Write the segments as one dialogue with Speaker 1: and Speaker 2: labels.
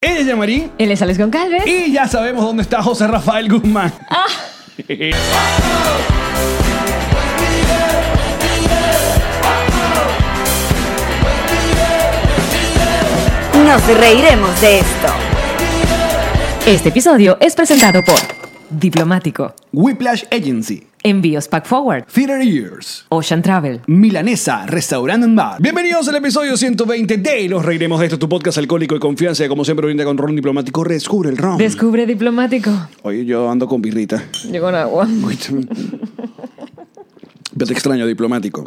Speaker 1: Ella es Yamarín
Speaker 2: Él es Alex Goncalves.
Speaker 1: y ya sabemos dónde está José Rafael Guzmán.
Speaker 3: Nos reiremos de esto.
Speaker 2: Este episodio es presentado por Diplomático,
Speaker 1: Whiplash Agency,
Speaker 2: Envíos Pack Forward,
Speaker 1: Theater Years,
Speaker 2: Ocean Travel.
Speaker 1: Milanesa, Restaurant and Bar. Bienvenidos al episodio 120 de Los Reiremos de Esto, tu podcast alcohólico y confianza que como siempre brinda con ron diplomático. Rescubre el ron.
Speaker 2: Descubre Diplomático.
Speaker 1: Oye, yo ando con birrita.
Speaker 2: Llegó con agua.
Speaker 1: Uy, Yo te extraño, diplomático.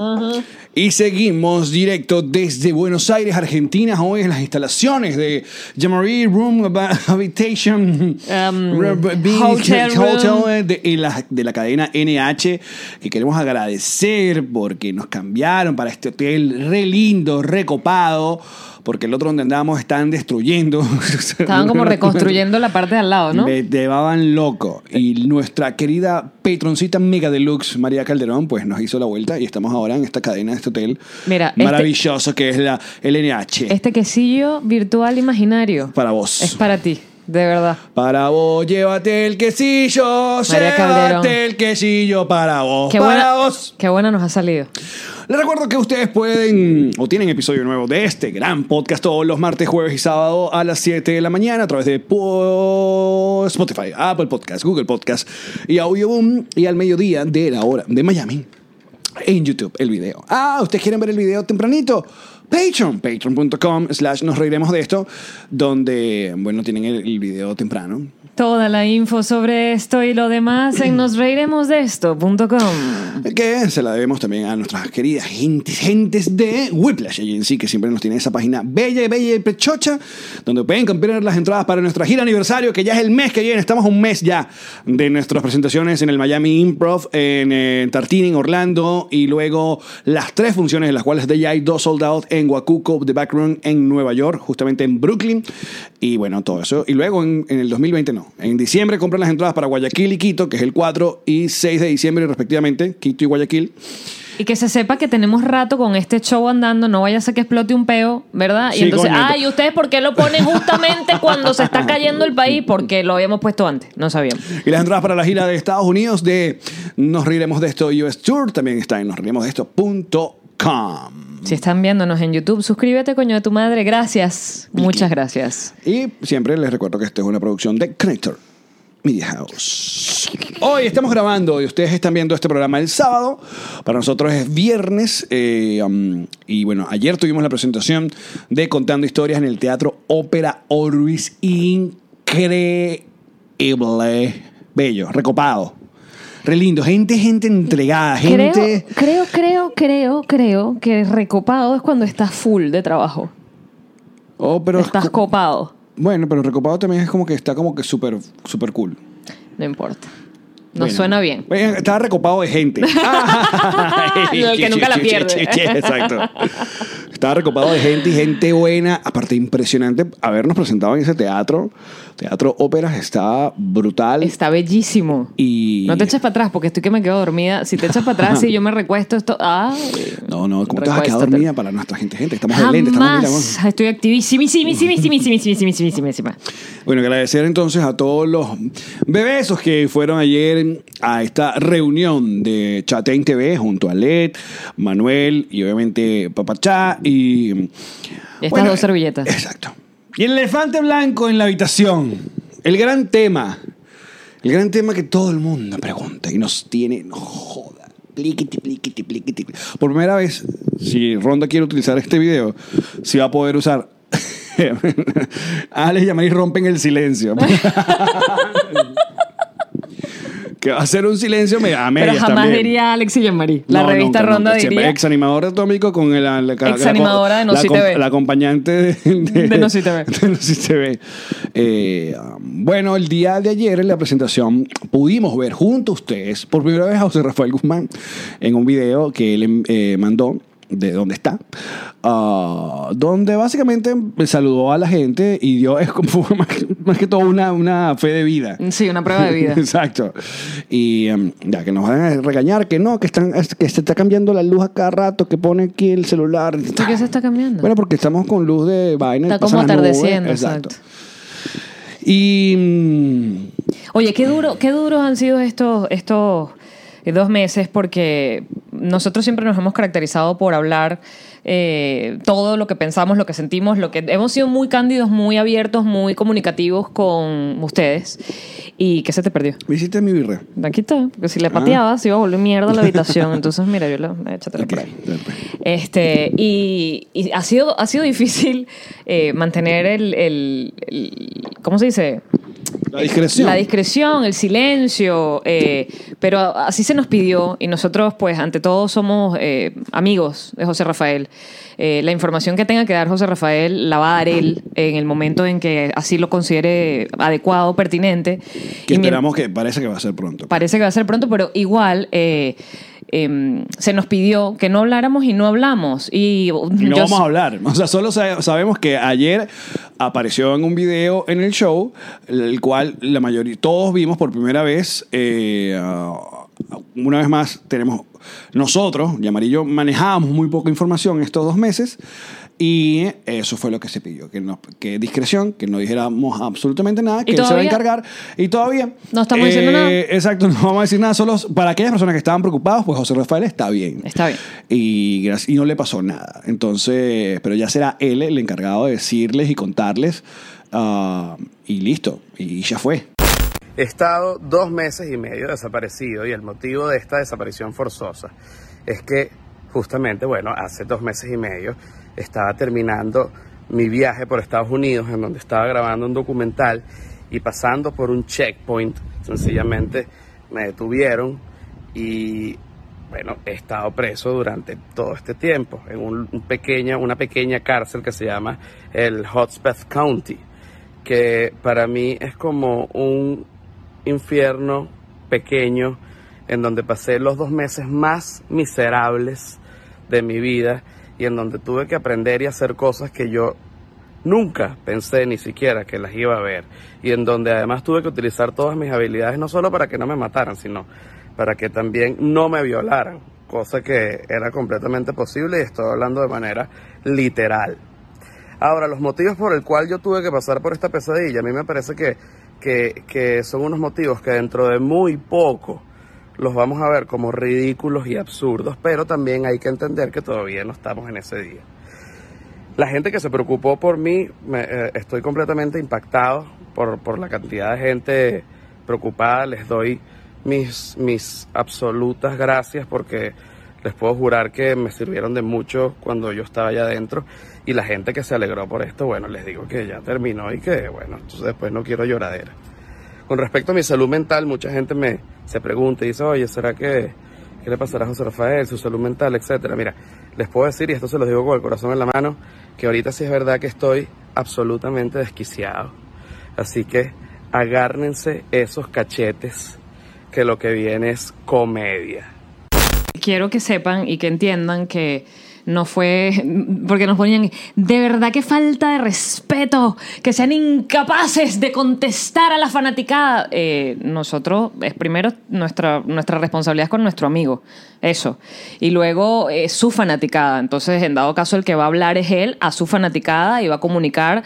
Speaker 1: Y seguimos directo desde Buenos Aires, Argentina, hoy en las instalaciones de Jamboree Room Hab- Habitation
Speaker 2: Um,
Speaker 1: Rub- Bing-
Speaker 2: Hotel Room.
Speaker 1: eh, de, en la, de la cadena NH, que queremos agradecer porque nos cambiaron para este hotel re lindo, recopado, porque el otro donde andábamos están destruyendo.
Speaker 2: Estaban como reconstruyendo la parte de al lado, ¿no?
Speaker 1: Me llevaban loco. Y nuestra querida patroncita mega deluxe, María Calderón, pues nos hizo la vuelta y estamos ahora en esta cadena, en este hotel
Speaker 2: Mira, este-
Speaker 1: maravilloso que es la LNH.
Speaker 2: Este quesillo virtual imaginario
Speaker 1: para vos.
Speaker 2: es para ti, de verdad.
Speaker 1: Para vos, llévate el quesillo,
Speaker 2: María
Speaker 1: llévate
Speaker 2: Calderón.
Speaker 1: el quesillo para vos,
Speaker 2: Qué
Speaker 1: para
Speaker 2: buena,
Speaker 1: vos.
Speaker 2: qué buena nos ha salido.
Speaker 1: Les recuerdo que ustedes pueden o tienen episodio nuevo de este gran podcast todos los martes, jueves y sábado a las 7 de la mañana a través de po- Spotify, Apple Podcast, Google Podcast y Audioboom y al mediodía de la hora de Miami en YouTube el video. Ah, ¿ustedes quieren ver el video tempranito? Patreon, patreon.com slash nos reiremos de esto, donde, bueno, tienen el- el video temprano.
Speaker 2: Toda la info sobre esto y lo demás en nosreiremosdeesto.com.
Speaker 1: Que se la debemos también a nuestras queridas gentes, gentes de Whiplash Agency, que siempre nos tiene esa página bella, y bella y pechocha, donde pueden comprar las entradas para nuestra gira aniversario, que ya es el mes que viene. Estamos a un mes ya de nuestras presentaciones en el Miami Improv, en eh, Tartini, en Orlando, y luego las tres funciones, en las cuales de ya hay dos sold out en Wakuco, The Backroom, en Nueva York, justamente en Brooklyn, y bueno, todo eso. Y luego en, en el 2020 no. En diciembre compran las entradas para Guayaquil y Quito, que es el 4 y 6 de diciembre respectivamente, Quito y Guayaquil.
Speaker 2: Y que se sepa que tenemos rato con este show andando, no vaya a ser que explote un peo, ¿verdad?
Speaker 1: Sí,
Speaker 2: y entonces,
Speaker 1: coño.
Speaker 2: ay, ¿ustedes por qué lo ponen justamente cuando se está cayendo el país? Porque lo habíamos puesto antes, no sabíamos.
Speaker 1: Y las entradas para la gira de Estados Unidos de Nos Riremos de Esto US Tour también está en nosriremosdeesto.com.
Speaker 2: Si están viéndonos en YouTube, suscríbete, coño de tu madre. Gracias. Muchas gracias.
Speaker 1: Y siempre les recuerdo que esto es una producción de Connector Media House. Hoy estamos grabando y ustedes están viendo este programa el sábado. Para nosotros es viernes. eh, um, y bueno, ayer tuvimos la presentación de Contando Historias en el Teatro Ópera Orbis. Increíble. Bello, recopado. Re lindo. Gente, gente entregada.
Speaker 2: Creo,
Speaker 1: Gente.
Speaker 2: creo, creo, creo, creo que recopado es cuando estás full de trabajo.
Speaker 1: Oh, pero
Speaker 2: estás copado.
Speaker 1: bueno, pero recopado también es como que está como que súper, súper cool.
Speaker 2: No importa. Nos
Speaker 1: Bueno.
Speaker 2: suena bien.
Speaker 1: Bueno, estaba recopado de gente. Ah.
Speaker 2: Lo que nunca la pierde.
Speaker 1: Exacto. Estaba recopado de gente y gente buena. Aparte, impresionante habernos presentado en ese teatro. Teatro Óperas está brutal.
Speaker 2: Está bellísimo.
Speaker 1: Y...
Speaker 2: No te eches para atrás porque estoy que me quedo dormida. Si te echas para atrás y yo me recuesto esto... Ah,
Speaker 1: No, no, ¿cómo te vas a quedar
Speaker 2: Recuéstate.
Speaker 1: dormida para nuestra gente? Gente, estamos de lente, estamos de lente.
Speaker 2: Jamás. Estoy activísima.
Speaker 1: Bueno, agradecer entonces a todos los bebesos que fueron ayer a esta reunión de Chatein TV junto a Led, Manuel y obviamente Papachá y...
Speaker 2: Estas dos servilletas.
Speaker 1: Exacto. Y el elefante blanco en la habitación. El gran tema. El gran tema que todo el mundo pregunta y nos tiene... No joda. Pliquiti, pliquiti, pliquiti. Por primera vez, si Ronda quiere utilizar este video, si va a poder usar... Alex y Amaris rompen el silencio. que va a ser un silencio me a
Speaker 2: Pero
Speaker 1: medias
Speaker 2: jamás
Speaker 1: también.
Speaker 2: diría Alex y Jean-Marie. La
Speaker 1: No,
Speaker 2: revista
Speaker 1: nunca,
Speaker 2: Ronda
Speaker 1: nunca. Siempre
Speaker 2: diría...
Speaker 1: Exanimador atómico con el, la, la- la-
Speaker 2: Exanimadora de
Speaker 1: la-
Speaker 2: Noci
Speaker 1: la-
Speaker 2: TV.
Speaker 1: La acompañante de,
Speaker 2: De Noci TV.
Speaker 1: de Noci TV. Eh, um, bueno, el día de ayer en la presentación pudimos ver junto a ustedes por primera vez a José Rafael Guzmán en un video que él eh, mandó de dónde está, ah, donde básicamente eh, saludó a la gente y dio, es como más, que- más que todo una, una fe de vida.
Speaker 2: Sí, una prueba de vida.
Speaker 1: Exacto. Y em, ya que nos van a regañar, que no, que, están, es- que se está cambiando la luz a cada rato, que pone aquí el celular. Ah,
Speaker 2: ¿Por qué se está cambiando?
Speaker 1: Bueno, porque estamos con luz de vaina. y
Speaker 2: Está
Speaker 1: pasan
Speaker 2: como
Speaker 1: las nubes.
Speaker 2: atardeciendo, exacto.
Speaker 1: Y. mm,
Speaker 2: Oye, qué duro, qué duros han sido estos, estos eh, dos meses, porque nosotros siempre nos hemos caracterizado por hablar eh, todo lo que pensamos, lo que sentimos, lo que hemos sido muy cándidos, muy abiertos, muy comunicativos con ustedes. ¿Y qué se te perdió?
Speaker 1: Visita mi birra.
Speaker 2: Aquí está, porque si le pateabas se iba a volver mierda la habitación. Entonces, mira, yo la échatela
Speaker 1: Ok,
Speaker 2: por ahí.
Speaker 1: dale, pues.
Speaker 2: Este, y, y ha, sido, ha sido difícil eh, mantener el, el- el- ¿Cómo se dice?
Speaker 1: La discreción.
Speaker 2: La discreción, el silencio, eh, pero así se nos pidió y nosotros pues ante todo somos eh, amigos de José Rafael. Eh, la información que tenga que dar José Rafael la va a dar él en el momento en que así lo considere adecuado, pertinente.
Speaker 1: que
Speaker 2: Y mien-
Speaker 1: esperamos que parece que va a ser pronto.
Speaker 2: Parece que va a ser pronto, pero igual eh, em, se nos pidió que no habláramos y no hablamos. Y,
Speaker 1: Y no
Speaker 2: yo-
Speaker 1: vamos a hablar. O sea, solo sa- sabemos que ayer apareció en un video en el show, el cual la mayoría, todos vimos por primera vez. eh, ah, una vez más, tenemos nosotros, Yamar y yo, manejábamos muy poca información estos dos meses. Y eso fue lo que se pidió, que, no, que discreción, que no dijéramos absolutamente nada, que él se va a
Speaker 2: todavía?
Speaker 1: encargar. Y todavía... eh,
Speaker 2: No estamos diciendo nada.
Speaker 1: Exacto, no vamos a decir nada. Solo para aquellas personas que estaban preocupados, pues José Rafael está bien.
Speaker 2: Está bien.
Speaker 1: Y, gracias- y no le pasó nada. Entonces, pero ya será él el encargado de decirles y contarles. ah, y listo. Y ya fue.
Speaker 4: He estado dos meses y medio desaparecido y el motivo de esta desaparición forzosa es que justamente, bueno, hace dos meses y medio estaba terminando mi viaje por Estados Unidos en donde estaba grabando un documental y pasando por un checkpoint, sencillamente me detuvieron y bueno, he estado preso durante todo este tiempo en un- un pequeña, una pequeña cárcel que se llama el Hotspeth County que para mí es como un infierno pequeño en donde pasé los dos meses más miserables de mi vida y en donde tuve que aprender y hacer cosas que yo nunca pensé ni siquiera que las iba a ver y en donde además tuve que utilizar todas mis habilidades no solo para que no me mataran sino para que también no me violaran cosa que era completamente posible y estoy hablando de manera literal Ahora, los motivos por el cual yo tuve que pasar por esta pesadilla, a mí me parece que, que, que son unos motivos que dentro de muy poco los vamos a ver como ridículos y absurdos, pero también hay que entender que todavía no estamos en ese día. La gente que se preocupó por mí, me, eh, estoy completamente impactado por, por la cantidad de gente preocupada. Les doy mis, mis absolutas gracias porque les puedo jurar que me sirvieron de mucho cuando yo estaba allá adentro. Y la gente que se alegró por esto, bueno, les digo que ya terminó y que, bueno, entonces después no quiero lloradera. Con respecto a mi salud mental, mucha gente me se pregunta y dice, oye, ¿será que qué le pasará a José Rafael, su salud mental, etcétera? Mira, les puedo decir, y esto se los digo con el corazón en la mano, que ahorita sí es verdad que estoy absolutamente desquiciado. Así que agárrense esos cachetes, que lo que viene es comedia.
Speaker 2: quiero que sepan y que entiendan que no fue porque nos ponían de verdad que falta de respeto que sean incapaces de contestar a la fanaticada Eh, nosotros es primero nuestra nuestra responsabilidad es con nuestro amigo eso y luego eh, su fanaticada entonces en dado caso el que va a hablar es él a su fanaticada y va a comunicar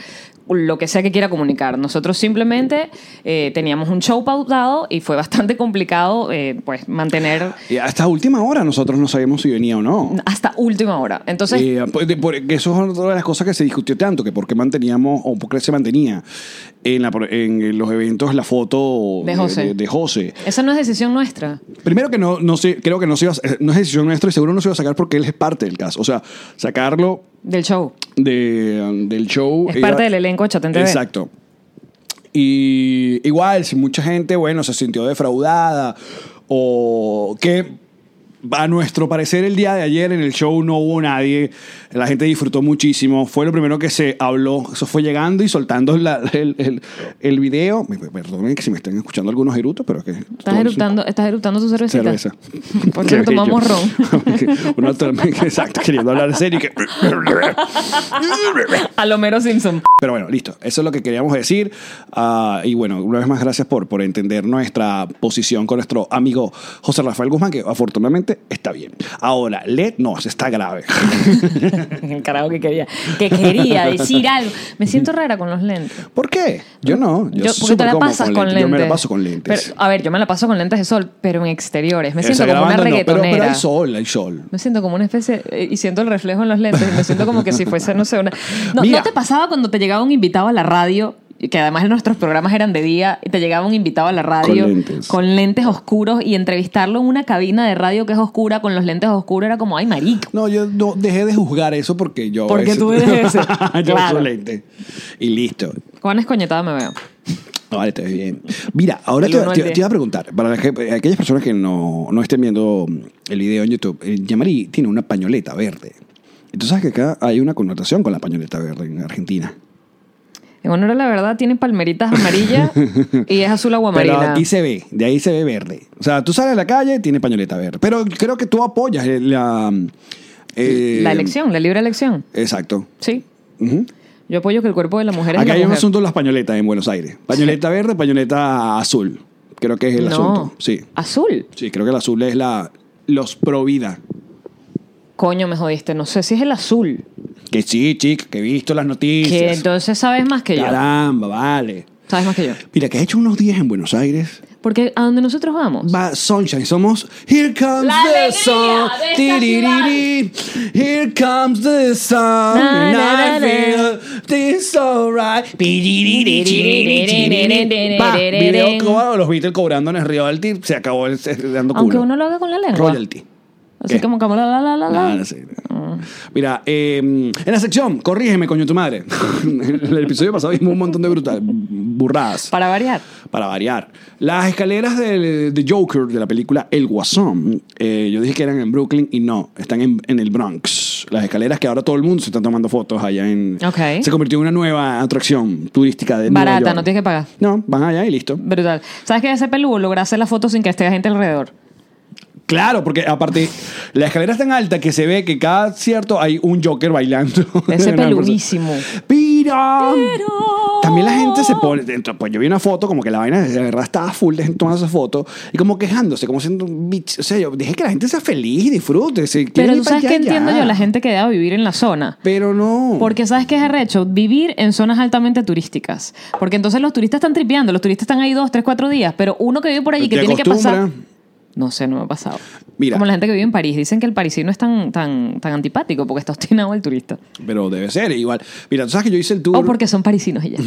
Speaker 2: lo que sea que quiera comunicar. Nosotros simplemente eh, teníamos un show pautado y fue bastante complicado eh, pues mantener
Speaker 1: Y hasta última hora nosotros no sabíamos si venía o no.
Speaker 2: hasta última hora. Entonces,
Speaker 1: Eh, por- de- por- que eso es otra de las cosas que se discutió tanto, que por qué manteníamos o por qué se mantenía en, la pro- en los eventos la foto
Speaker 2: De José.
Speaker 1: de- de José.
Speaker 2: esa no es decisión nuestra.
Speaker 1: Primero que no, no sé, creo que no, se iba a- no es decisión nuestra y seguro no se iba a sacar porque él es parte del caso. O sea, sacarlo
Speaker 2: Del show.
Speaker 1: de, um, del show.
Speaker 2: Es parte del elenco de Chatén TV.
Speaker 1: Exacto. Y igual, si mucha gente, bueno, se sintió defraudada o que a nuestro parecer el día de ayer en el show no hubo nadie, la gente disfrutó muchísimo, fue lo primero que se habló, eso fue llegando y soltando la- el, el- el video. Perdonen que si me están escuchando algunos erutos, pero es que...
Speaker 2: Estás eructando, estás eructando tu cervecita.
Speaker 1: Cerveza.
Speaker 2: ¿Por qué pues, no tomamos ron?
Speaker 1: Uno toma- exacto, queriendo hablar en serio y que...
Speaker 2: A lo mero Simpson.
Speaker 1: Pero bueno, listo. Eso es lo que queríamos decir. Ah, y bueno, una vez más, gracias por, por entender nuestra posición con nuestro amigo José Rafael Guzmán, que afortunadamente fuerte, está bien. Ahora, LED no, se está grave.
Speaker 2: El carajo que quería. Que quería decir algo. Me siento rara con los lentes.
Speaker 1: ¿Por qué? Yo no. Yo, soy
Speaker 2: Yo- porque te
Speaker 1: súper
Speaker 2: la
Speaker 1: cómodo
Speaker 2: pasas con
Speaker 1: con
Speaker 2: lentes.
Speaker 1: lentes. Yo me la paso con lentes.
Speaker 2: Pero, a ver, yo me la paso con lentes de sol, pero en exteriores. Me siento
Speaker 1: Esa
Speaker 2: como una
Speaker 1: grabando no, pero,
Speaker 2: reggaetonera.
Speaker 1: pero hay sol, hay sol.
Speaker 2: Me siento como una especie. eh, Y siento el reflejo en los lentes. y me siento como que si fuese, no sé, una. No,
Speaker 1: Mira.
Speaker 2: ¿no te pasaba cuando te llegaba un invitado a la radio? Y Que además nuestros programas eran de día, y te llegaba un invitado a la radio
Speaker 1: Con lentes.
Speaker 2: con lentes oscuros y entrevistarlo en una cabina de radio que es oscura con los lentes oscuros era como, ay, marico.
Speaker 1: No, yo no dejé de juzgar eso porque yo.
Speaker 2: Porque
Speaker 1: ese-
Speaker 2: tú eres ese.
Speaker 1: yo
Speaker 2: Claro.
Speaker 1: uso lentes. Y listo.
Speaker 2: ¿Cuán escoñetada me veo?
Speaker 1: No, vale, te ves bien. Mira, ahora
Speaker 2: Del
Speaker 1: te,
Speaker 2: uno al
Speaker 1: te-
Speaker 2: diez.
Speaker 1: te iba a preguntar, para las que- aquellas personas que no, no estén viendo el video en YouTube, el Yamari tiene una pañoleta verde. Y tú sabes que acá hay una connotación con la pañoleta verde en Argentina.
Speaker 2: En honor a la verdad, tiene palmeritas amarillas y es azul
Speaker 1: Pero
Speaker 2: aguamarina.
Speaker 1: aquí se ve, de ahí se ve verde. O sea, tú sales a la calle, tiene pañoleta verde. Pero creo que tú apoyas el- la... eh,
Speaker 2: La elección, la libre elección.
Speaker 1: Exacto.
Speaker 2: Sí.
Speaker 1: Ujú.
Speaker 2: Yo apoyo que el cuerpo de la mujer es
Speaker 1: Acá
Speaker 2: la
Speaker 1: hay un
Speaker 2: mujer.
Speaker 1: asunto de las pañoletas en Buenos Aires. Pañoleta verde, pañoleta azul. Creo que es el
Speaker 2: No.
Speaker 1: asunto. Sí.
Speaker 2: Azul.
Speaker 1: Sí, creo que el azul es la los pro vida.
Speaker 2: Coño, me jodiste. No sé si es el azul.
Speaker 1: Que sí, chica, que he visto las
Speaker 2: Que
Speaker 1: noticias.
Speaker 2: entonces sabes más que yo.
Speaker 1: Caramba, vale.
Speaker 2: Sabes más que yo.
Speaker 1: Mira, que has hecho unos días en Buenos Aires.
Speaker 2: Porque a donde nosotros vamos.
Speaker 1: Va Sunshine, somos Here comes
Speaker 2: La
Speaker 1: the
Speaker 2: alegría
Speaker 1: sun.
Speaker 2: de esta
Speaker 1: tiririri. Here comes the sun.
Speaker 2: Na,
Speaker 1: and
Speaker 2: na, na,
Speaker 1: I
Speaker 2: na.
Speaker 1: feel this alright. Piririri, chiriri, chiriri. Pa, video cobrado, los Beatles cobrando en el royalty, se acabó el- se- dando culo.
Speaker 2: Aunque uno lo haga con la lengua.
Speaker 1: Royalty.
Speaker 2: Así
Speaker 1: ¿Qué?
Speaker 2: como como la la la la. la.
Speaker 1: No, no sé. Mira, eh, en la sección, corrígeme, coño tu madre. en el episodio pasado vimos un montón de brutal, burradas.
Speaker 2: Para variar.
Speaker 1: Para variar. Las escaleras del- de, Joker, de la película El Guasón, eh, yo dije que eran en Brooklyn y no, están en, en el Bronx. Las escaleras que ahora todo el mundo se está tomando fotos allá en...
Speaker 2: Ok.
Speaker 1: Se convirtió en una nueva atracción turística de Nueva
Speaker 2: Barata,
Speaker 1: York.
Speaker 2: no tienes que pagar.
Speaker 1: No, van allá y listo.
Speaker 2: Brutal. ¿Sabes que ese peludo logra hacer la foto sin que esté gente alrededor?
Speaker 1: Claro, porque aparte, la escalera es tan alta que se ve que cada cierto hay un Joker bailando.
Speaker 2: Ese
Speaker 1: Una persona.
Speaker 2: peludísimo.
Speaker 1: ¡Pira! También la gente se pone. dentro- Pues yo vi una foto, como que la vaina de verdad estaba full de gente tomando esa foto y como quejándose, como siendo un bitch. O sea, yo dije que la gente sea feliz y disfrute. si quieren
Speaker 2: Pero
Speaker 1: ir
Speaker 2: tú
Speaker 1: pa'
Speaker 2: sabes
Speaker 1: allá,
Speaker 2: que entiendo
Speaker 1: ya.
Speaker 2: yo la gente que debe vivir en la zona.
Speaker 1: Pero no.
Speaker 2: Porque sabes qué es arrecho, vivir en zonas altamente turísticas. Porque entonces los turistas están tripeando, los turistas están ahí dos, tres, cuatro días, pero uno que vive por allí
Speaker 1: Pero
Speaker 2: que
Speaker 1: te
Speaker 2: tiene que pasar.
Speaker 1: acostumbras.
Speaker 2: No sé, no me ha pasado.
Speaker 1: Mira.
Speaker 2: Como la gente que vive en París, dicen que el parisino es tan, tan, tan antipático porque está obstinado el turista.
Speaker 1: Pero debe ser igual. Mira, tú Mm. sabes que yo hice el tour.
Speaker 2: O porque son parisinos y ya.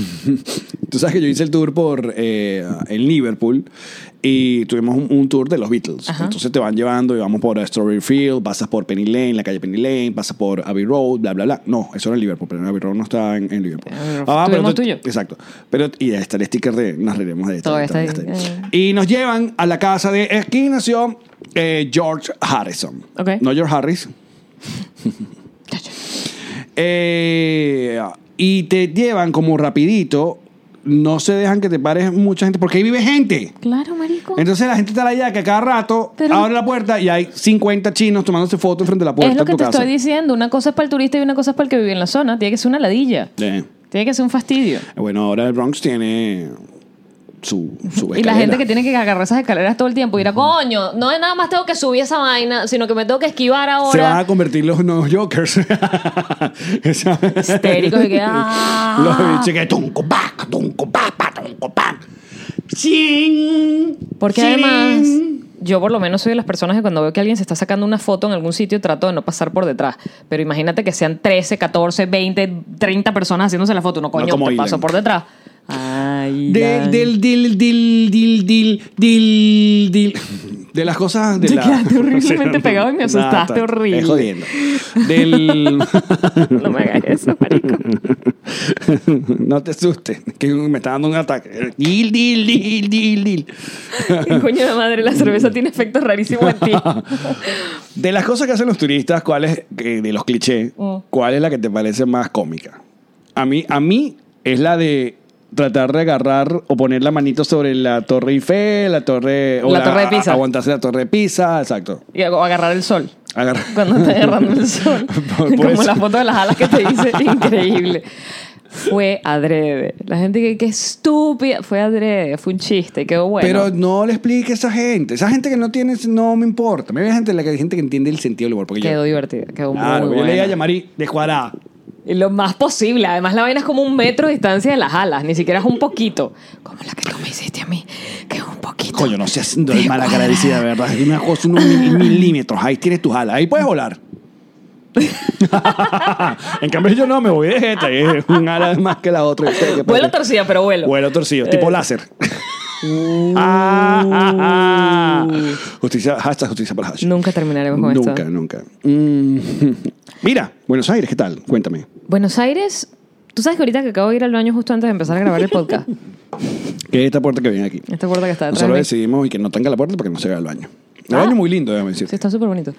Speaker 1: Tú sabes que yo hice el tour por eh, en Liverpool y tuvimos un, un tour de los Beatles.
Speaker 2: Ajá.
Speaker 1: Entonces te van llevando y vamos por Strawberry Field, pasas por Penny Lane, la calle Penny Lane, pasas por Abbey Road, bla, bla, bla. No, eso era en Liverpool, pero en Abbey Road no está en, en Liverpool. Ah,
Speaker 2: Abbey Road, tuvimos
Speaker 1: tú-
Speaker 2: tuyo.
Speaker 1: Exacto. Pero, y ahí está el sticker de, nos reiremos de esto.
Speaker 2: Todavía
Speaker 1: ahorita,
Speaker 2: está
Speaker 1: ya
Speaker 2: ahí,
Speaker 1: Y nos llevan a la casa de aquí nació eh, George Harrison.
Speaker 2: Ok.
Speaker 1: No George Harris, eh, y te llevan como rapidito. No se dejan que te pares mucha gente porque ahí vive gente.
Speaker 2: Claro, marico.
Speaker 1: Entonces la gente está allá que a cada rato
Speaker 2: Pero-
Speaker 1: abre la puerta y hay 50 chinos tomándose fotos frente a la puerta
Speaker 2: es lo que
Speaker 1: de
Speaker 2: te
Speaker 1: tu casa.
Speaker 2: estoy diciendo. Una cosa es para el turista y una cosa es para el que vive en la zona. Tiene que ser una ladilla.
Speaker 1: Eh,
Speaker 2: Tiene que ser un fastidio.
Speaker 1: Bueno, ahora el Bronx tiene su, su
Speaker 2: Y la
Speaker 1: escalera.
Speaker 2: gente que tiene que agarrar esas escaleras todo el tiempo y dirá, coño, no es nada más tengo que subir esa vaina, sino que me tengo que esquivar ahora.
Speaker 1: Se van a convertir los nuevos Jokers.
Speaker 2: Histéricos y que, ¡ah!
Speaker 1: Los bichos que tunco, pa, tunco, pa, pa, tunco, pa. Ching.
Speaker 2: Porque
Speaker 1: Ching.
Speaker 2: además, yo por lo menos soy de las personas que cuando veo que alguien se está sacando una foto en algún sitio, trato de no pasar por detrás. Pero imagínate que sean 13, 14, 20, 30 personas haciéndose la foto. No, coño,
Speaker 1: como
Speaker 2: te paso
Speaker 1: Ilan.
Speaker 2: por detrás. Ay,
Speaker 1: Del,
Speaker 2: Ilan.
Speaker 1: del, del, del, del, del, del, del- De las cosas. De
Speaker 2: Te
Speaker 1: la-
Speaker 2: quedaste horriblemente pegado y me
Speaker 1: Nada,
Speaker 2: asustaste
Speaker 1: está-
Speaker 2: horrible.
Speaker 1: Es jodiendo. Del.
Speaker 2: No me hagas eso, marico.
Speaker 1: no te asustes, que me está dando un ataque. Dil, dil, dil, dil, dil.
Speaker 2: Qué coño de madre, la cerveza tiene efectos rarísimos en ti.
Speaker 1: De las cosas que hacen los turistas, ¿cuál es, eh, de los clichés,
Speaker 2: Mm.
Speaker 1: cuál es la que te parece más cómica? A mí, a mí es la de tratar de agarrar o poner la manito sobre la Torre Eiffel, la Torre... o
Speaker 2: La Torre de Pisa.
Speaker 1: a- Aguantarse la Torre de Pisa, exacto.
Speaker 2: Y hago- agarrar el sol.
Speaker 1: Agarrar.
Speaker 2: cuando está agarrando el sol.
Speaker 1: Por- por
Speaker 2: Como
Speaker 1: eso.
Speaker 2: la foto de las alas que te hice, increíble. Fue adrede. La gente que, que estúpida. Fue adrede, fue un chiste, quedó bueno.
Speaker 1: Pero no le explique a esa gente. Esa gente que no tiene, no me importa. Me ve gente, la que- gente que entiende el sentido del humor. Porque
Speaker 2: quedó
Speaker 1: yo,
Speaker 2: divertido, quedó
Speaker 1: claro, yo
Speaker 2: muy
Speaker 1: le
Speaker 2: bueno.
Speaker 1: iba a llamar y descuadrada.
Speaker 2: Y Lo más posible. Además, la vaina es como un metro de distancia de las alas. Ni siquiera es un poquito. Como la que tú me hiciste a mí, que es un poquito.
Speaker 1: Coño, no seas de
Speaker 2: de
Speaker 1: mala
Speaker 2: cuadrada.
Speaker 1: agradecida, ¿verdad? Aquí me cosa unos mil- milímetros. Ahí tienes tus alas. Ahí puedes volar. en cambio, yo no me voy de jeta. Es un ala más que la otra.
Speaker 2: Vuelo torcido, pero vuelo.
Speaker 1: Vuelo torcido, tipo
Speaker 2: Eh.
Speaker 1: láser. Ah, ah, ah. Justicia, hashtag justicia para hashtag.
Speaker 2: Nunca terminaremos con
Speaker 1: nunca,
Speaker 2: esto.
Speaker 1: Nunca, Mm. Mira, Buenos Aires, ¿qué tal? Cuéntame.
Speaker 2: Buenos Aires. Tú sabes que ahorita que acabo de ir al baño justo antes de empezar a grabar el podcast.
Speaker 1: ¿Qué es esta puerta que viene aquí?
Speaker 2: Esta puerta que está detrás. de
Speaker 1: Nosotros
Speaker 2: mí.
Speaker 1: decidimos y que no tenga la puerta porque no se vea el baño. El
Speaker 2: Ah.
Speaker 1: baño muy lindo, déjame decir.
Speaker 2: Sí, está súper bonito.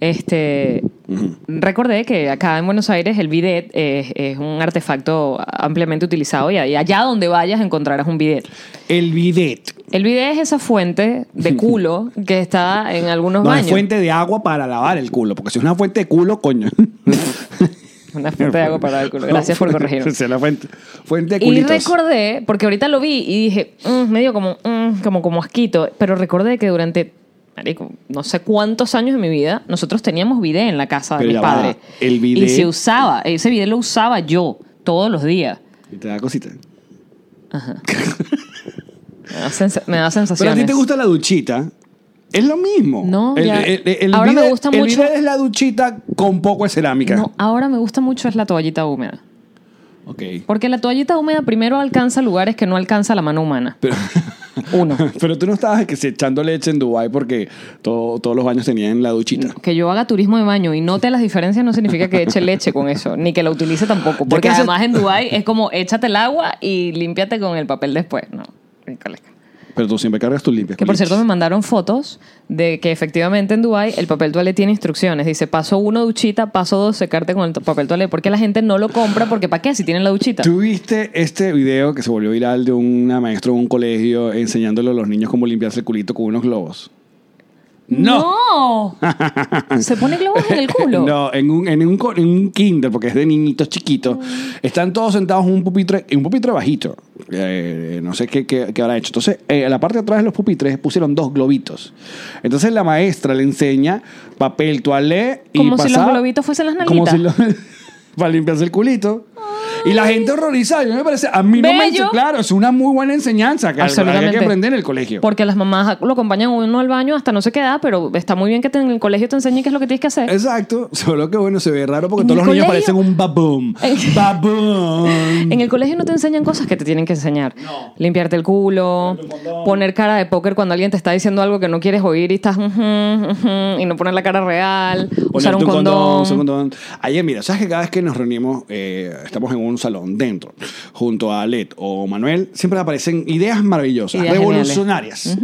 Speaker 2: Este, Recordé que acá en Buenos Aires el bidet es, es un artefacto ampliamente utilizado y ahí- allá donde vayas encontrarás un bidet.
Speaker 1: El bidet.
Speaker 2: El bidet es esa fuente de culo que está en algunos
Speaker 1: No
Speaker 2: baños.
Speaker 1: es fuente de agua para lavar el culo, porque si es una fuente de culo, coño.
Speaker 2: Una fuente de agua para el culo. Gracias por corregirme.
Speaker 1: Es la fuente, fuente de
Speaker 2: Y
Speaker 1: culitos.
Speaker 2: recordé, porque ahorita lo vi y dije, "Mm", medio como, "Mm", como, como asquito, pero recordé que durante marico, no sé cuántos años de mi vida, nosotros teníamos bidet en la casa de
Speaker 1: Pero
Speaker 2: mi
Speaker 1: ya va,
Speaker 2: padre.
Speaker 1: el
Speaker 2: Y
Speaker 1: bidet-
Speaker 2: se usaba, ese bidet lo usaba yo todos los días.
Speaker 1: Y te da cosita.
Speaker 2: Me da, sensa- me da
Speaker 1: Pero
Speaker 2: sensaciones.
Speaker 1: a ti te gusta la duchita. Es lo mismo.
Speaker 2: No,
Speaker 1: El-
Speaker 2: ya.
Speaker 1: el- el- el
Speaker 2: Ahora me
Speaker 1: bidet-
Speaker 2: gusta
Speaker 1: el
Speaker 2: mucho-
Speaker 1: bidet es la duchita con poco de cerámica.
Speaker 2: No, ahora me gusta mucho es la toallita húmeda.
Speaker 1: Ok.
Speaker 2: Porque la toallita húmeda primero alcanza lugares que no alcanza la mano humana.
Speaker 1: Pero,
Speaker 2: Uno.
Speaker 1: pero tú no estabas que si echando leche en Dubai porque todo- todos los baños tenían la duchita.
Speaker 2: Que yo haga turismo de baño y note las diferencias no significa que eche leche con eso, ni que la utilice tampoco.
Speaker 1: ¿De
Speaker 2: Porque
Speaker 1: qué haces?
Speaker 2: además en Dubái es como échate el agua y límpiate con el papel después. No, híjole.
Speaker 1: Pero tú siempre cargas tus limpias.
Speaker 2: Que por
Speaker 1: culitos.
Speaker 2: cierto me mandaron fotos de que efectivamente en Dubái el papel toalé tiene instrucciones. Dice paso uno duchita, paso dos secarte con el to- papel toalé. Porque la gente no lo compra porque ¿para qué? Si tienen la duchita.
Speaker 1: ¿Tuviste este video que se volvió viral de una maestra de un colegio enseñándole a los niños cómo limpiarse el culito con unos globos?
Speaker 2: ¡No! Se pone globos en el culo.
Speaker 1: No, en un, en, un, co- en un kinder, porque es de niñitos chiquitos,
Speaker 2: Mm.
Speaker 1: están todos sentados en un pupitre, en un pupitre bajito. Eh, no sé qué, qué, qué habrá hecho. Entonces, eh, a la parte de atrás de los pupitres pusieron dos globitos. Entonces, la maestra le enseña papel toalé y
Speaker 2: Como si los
Speaker 1: pasaba-
Speaker 2: globitos fuesen las
Speaker 1: Como si
Speaker 2: nalguitas.
Speaker 1: lo- para limpiarse el culito. Y la gente horrorizada, yo me parece, a mí no me
Speaker 2: Bello.
Speaker 1: ense- claro, es una muy buena enseñanza que hay que
Speaker 2: Absolutamente.
Speaker 1: aprender en el colegio.
Speaker 2: Porque las mamás lo acompañan uno al baño hasta no sé qué edad, pero está muy bien que te- en el colegio te enseñen qué es lo que tienes que hacer.
Speaker 1: Exacto, solo que bueno, se ve raro porque
Speaker 2: En
Speaker 1: todos los
Speaker 2: el
Speaker 1: niños
Speaker 2: colegio-
Speaker 1: parecen un baboom.
Speaker 2: En-
Speaker 1: Baboom.
Speaker 2: En el colegio no te enseñan cosas que te tienen que enseñar. Limpiarte el culo, poner cara de póker cuando alguien te está diciendo algo que no quieres oír y estás ujú, ujú, y no poner la cara real, usar
Speaker 1: Ponerte
Speaker 2: un condón.
Speaker 1: usar un condón. Ayer, mira, sabes que cada vez que nos reunimos, eh, estamos en un salón dentro, junto a Alet o Manuel, siempre aparecen ideas maravillosas,
Speaker 2: Ideas geniales.
Speaker 1: revolucionarias.